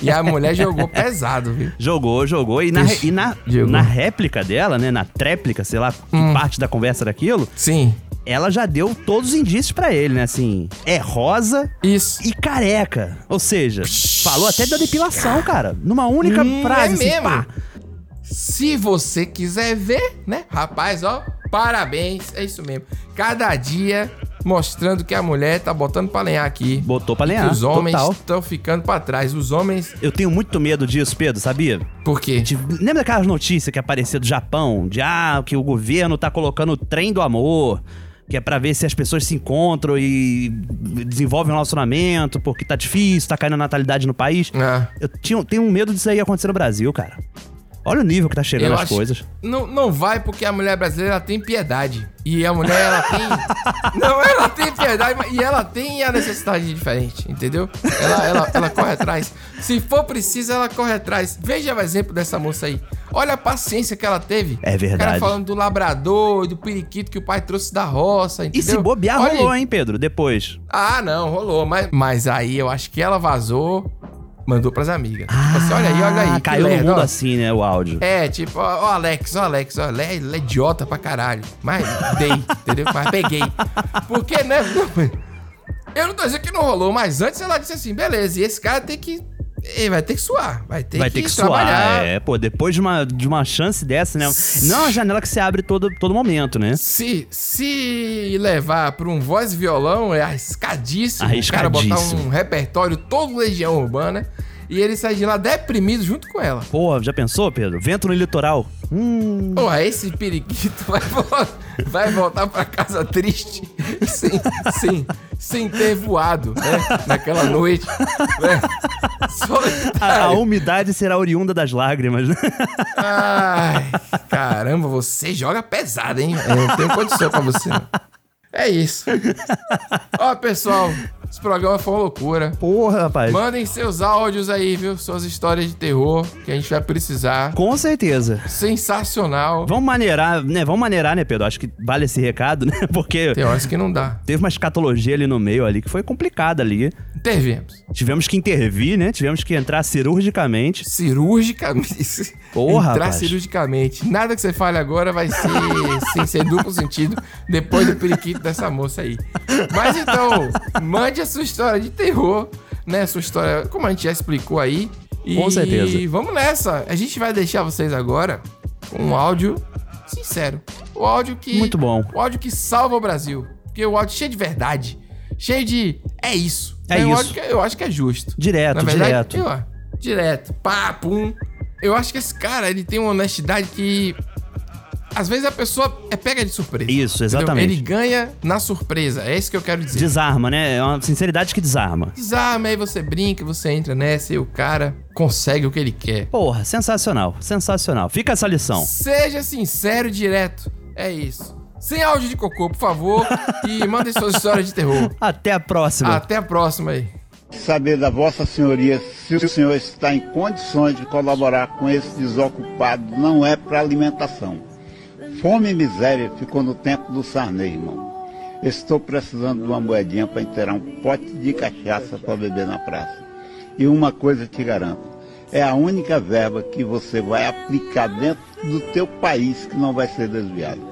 Speaker 2: E a mulher jogou pesado, viu?
Speaker 3: Jogou, jogou. E na,
Speaker 2: Ixi,
Speaker 3: e na,
Speaker 2: jogou.
Speaker 3: na réplica dela, né? Na tréplica, sei lá, que
Speaker 2: Hum.
Speaker 3: parte da conversa daquilo.
Speaker 2: Sim.
Speaker 3: Ela já deu todos os indícios pra ele, né? Assim, é rosa
Speaker 2: Isso.
Speaker 3: e careca. Ou seja, falou até da depilação, cara. Numa única
Speaker 2: Hum,
Speaker 3: frase.
Speaker 2: é
Speaker 3: assim,
Speaker 2: mesmo.
Speaker 3: pá.
Speaker 2: Se você quiser ver, né? Rapaz, ó, parabéns. É isso mesmo. Cada dia mostrando que a mulher tá botando pra lenhar aqui.
Speaker 3: Botou pra
Speaker 2: E que
Speaker 3: lenhar,
Speaker 2: Os homens
Speaker 3: total.
Speaker 2: estão ficando pra trás. Os homens.
Speaker 3: Eu tenho muito medo disso, Pedro, sabia?
Speaker 2: Por quê?
Speaker 3: Lembra daquelas notícias que apareciam do Japão? De ah, que o governo tá colocando o trem do amor. Que é pra ver se as pessoas se encontram e desenvolvem um relacionamento, porque tá difícil, tá caindo a natalidade no país.
Speaker 2: É. Ah.
Speaker 3: Eu tinha, tenho um medo disso aí acontecer no Brasil, cara. Olha o nível que tá chegando
Speaker 2: Eu
Speaker 3: as
Speaker 2: acho-
Speaker 3: coisas.
Speaker 2: Não, não vai porque a mulher brasileira ela tem piedade. E a mulher, ela tem. não, ela tem piedade mas- e ela tem a necessidade diferente, entendeu? Ela, ela, ela corre atrás. Se for preciso, ela corre atrás. Veja o exemplo dessa moça aí. Olha a paciência que ela teve.
Speaker 3: É
Speaker 2: O cara
Speaker 3: verdade.
Speaker 2: falando do labrador, e do periquito que o pai trouxe da roça,
Speaker 3: E
Speaker 2: entendeu?
Speaker 3: se bobear
Speaker 2: Olha
Speaker 3: rolou,
Speaker 2: aí.
Speaker 3: hein, Pedro? Depois.
Speaker 2: Ah, não, rolou. Mas, mas aí eu acho que ela vazou, mandou pras amigas. Tipo assim, olha aí, olha aí.
Speaker 3: Ah,
Speaker 2: que
Speaker 3: caiu no
Speaker 2: lerdo,
Speaker 3: mundo
Speaker 2: ó.
Speaker 3: assim, né, o áudio.
Speaker 2: É, tipo, ó, ó Alex, ó Alex, ó, ele é, ele é idiota pra caralho. Mas dei, entendeu? Mas peguei. Porque, né? Eu não tô dizendo que não rolou, mas antes ela disse assim, beleza, e esse cara tem que... Ele vai ter que suar, vai ter,
Speaker 3: Vai
Speaker 2: que,
Speaker 3: ter que
Speaker 2: trabalhar.
Speaker 3: suar, é, pô, depois de uma, de uma chance dessa, né? Não é uma janela que se abre todo, todo momento, né?
Speaker 2: Se, se levar pra um voz e violão, é arriscadíssimo, o cara botar
Speaker 3: Arriscadíssimo.
Speaker 2: um repertório todo Legião Urbana e ele sair de lá deprimido junto com ela.
Speaker 3: Pô, já pensou, Pedro? Vento no litoral. Hum.
Speaker 2: Porra, esse periquito vai, vo- vai voltar pra casa triste sem, sem, sem ter voado, né? Naquela noite. Né?
Speaker 3: A, a
Speaker 2: Solitário.
Speaker 3: umidade será oriunda das lágrimas, né?
Speaker 2: Ai, caramba, você joga pesado, hein? Eu não tenho condição pra você. não. É isso. Ó, pessoal, esse programa foi uma loucura.
Speaker 3: Porra, rapaz.
Speaker 2: Mandem seus áudios aí, viu? Suas histórias de terror que a gente vai precisar.
Speaker 3: Com certeza.
Speaker 2: Sensacional.
Speaker 3: Vamos maneirar, né? Vamos maneirar, né, Pedro? Acho que vale esse recado, né? Porque.
Speaker 2: Tem um horas que não dá.
Speaker 3: Teve uma escatologia ali no meio ali que foi complicada ali.
Speaker 2: Intervimos.
Speaker 3: Tivemos que intervir, né? Tivemos que entrar cirurgicamente.
Speaker 2: Cirurgicamente.
Speaker 3: Porra,
Speaker 2: Entrar
Speaker 3: rapaz.
Speaker 2: cirurgicamente. Nada que você fale agora vai ser sem ser duplo sentido depois do periquito dessa moça aí. Mas então, mande a sua história de terror, né? Sua história, como a gente já explicou aí. E
Speaker 3: Com certeza.
Speaker 2: vamos nessa. A gente vai deixar vocês agora com um áudio sincero. O áudio que.
Speaker 3: Muito bom.
Speaker 2: O áudio que salva o Brasil. Porque o áudio cheio de verdade. Cheio de. É isso.
Speaker 3: É
Speaker 2: Eu
Speaker 3: isso.
Speaker 2: acho que, eu acho que é justo.
Speaker 3: Direto,
Speaker 2: Na verdade,
Speaker 3: direto.
Speaker 2: eu- ó, direto. Pá, pum. Eu acho que esse cara, ele tem uma honestidade que... Às vezes a pessoa é pega de surpresa.
Speaker 3: Isso,
Speaker 2: entendeu?
Speaker 3: exatamente.
Speaker 2: Ele ganha na surpresa. É isso que eu quero dizer.
Speaker 3: Desarma, né? É uma sinceridade que desarma.
Speaker 2: Desarma, aí você brinca, você entra nessa e o cara consegue o que ele quer.
Speaker 3: Porra, sensacional, sensacional. Fica essa lição.
Speaker 2: Seja sincero e direto. É isso. Sem áudio de cocô, por favor. e mandem suas histórias de terror.
Speaker 3: Até a próxima.
Speaker 2: Até a próxima aí.
Speaker 17: saber da Vossa Senhoria se o senhor está em condições de colaborar com esse desocupado não é para alimentação. Fome e miséria ficou no tempo do Sarney, irmão. Estou precisando de uma moedinha para inteirar um pote de cachaça para beber na praça. E uma coisa te garanto: é a única verba que você vai aplicar dentro do teu país que não vai ser desviada.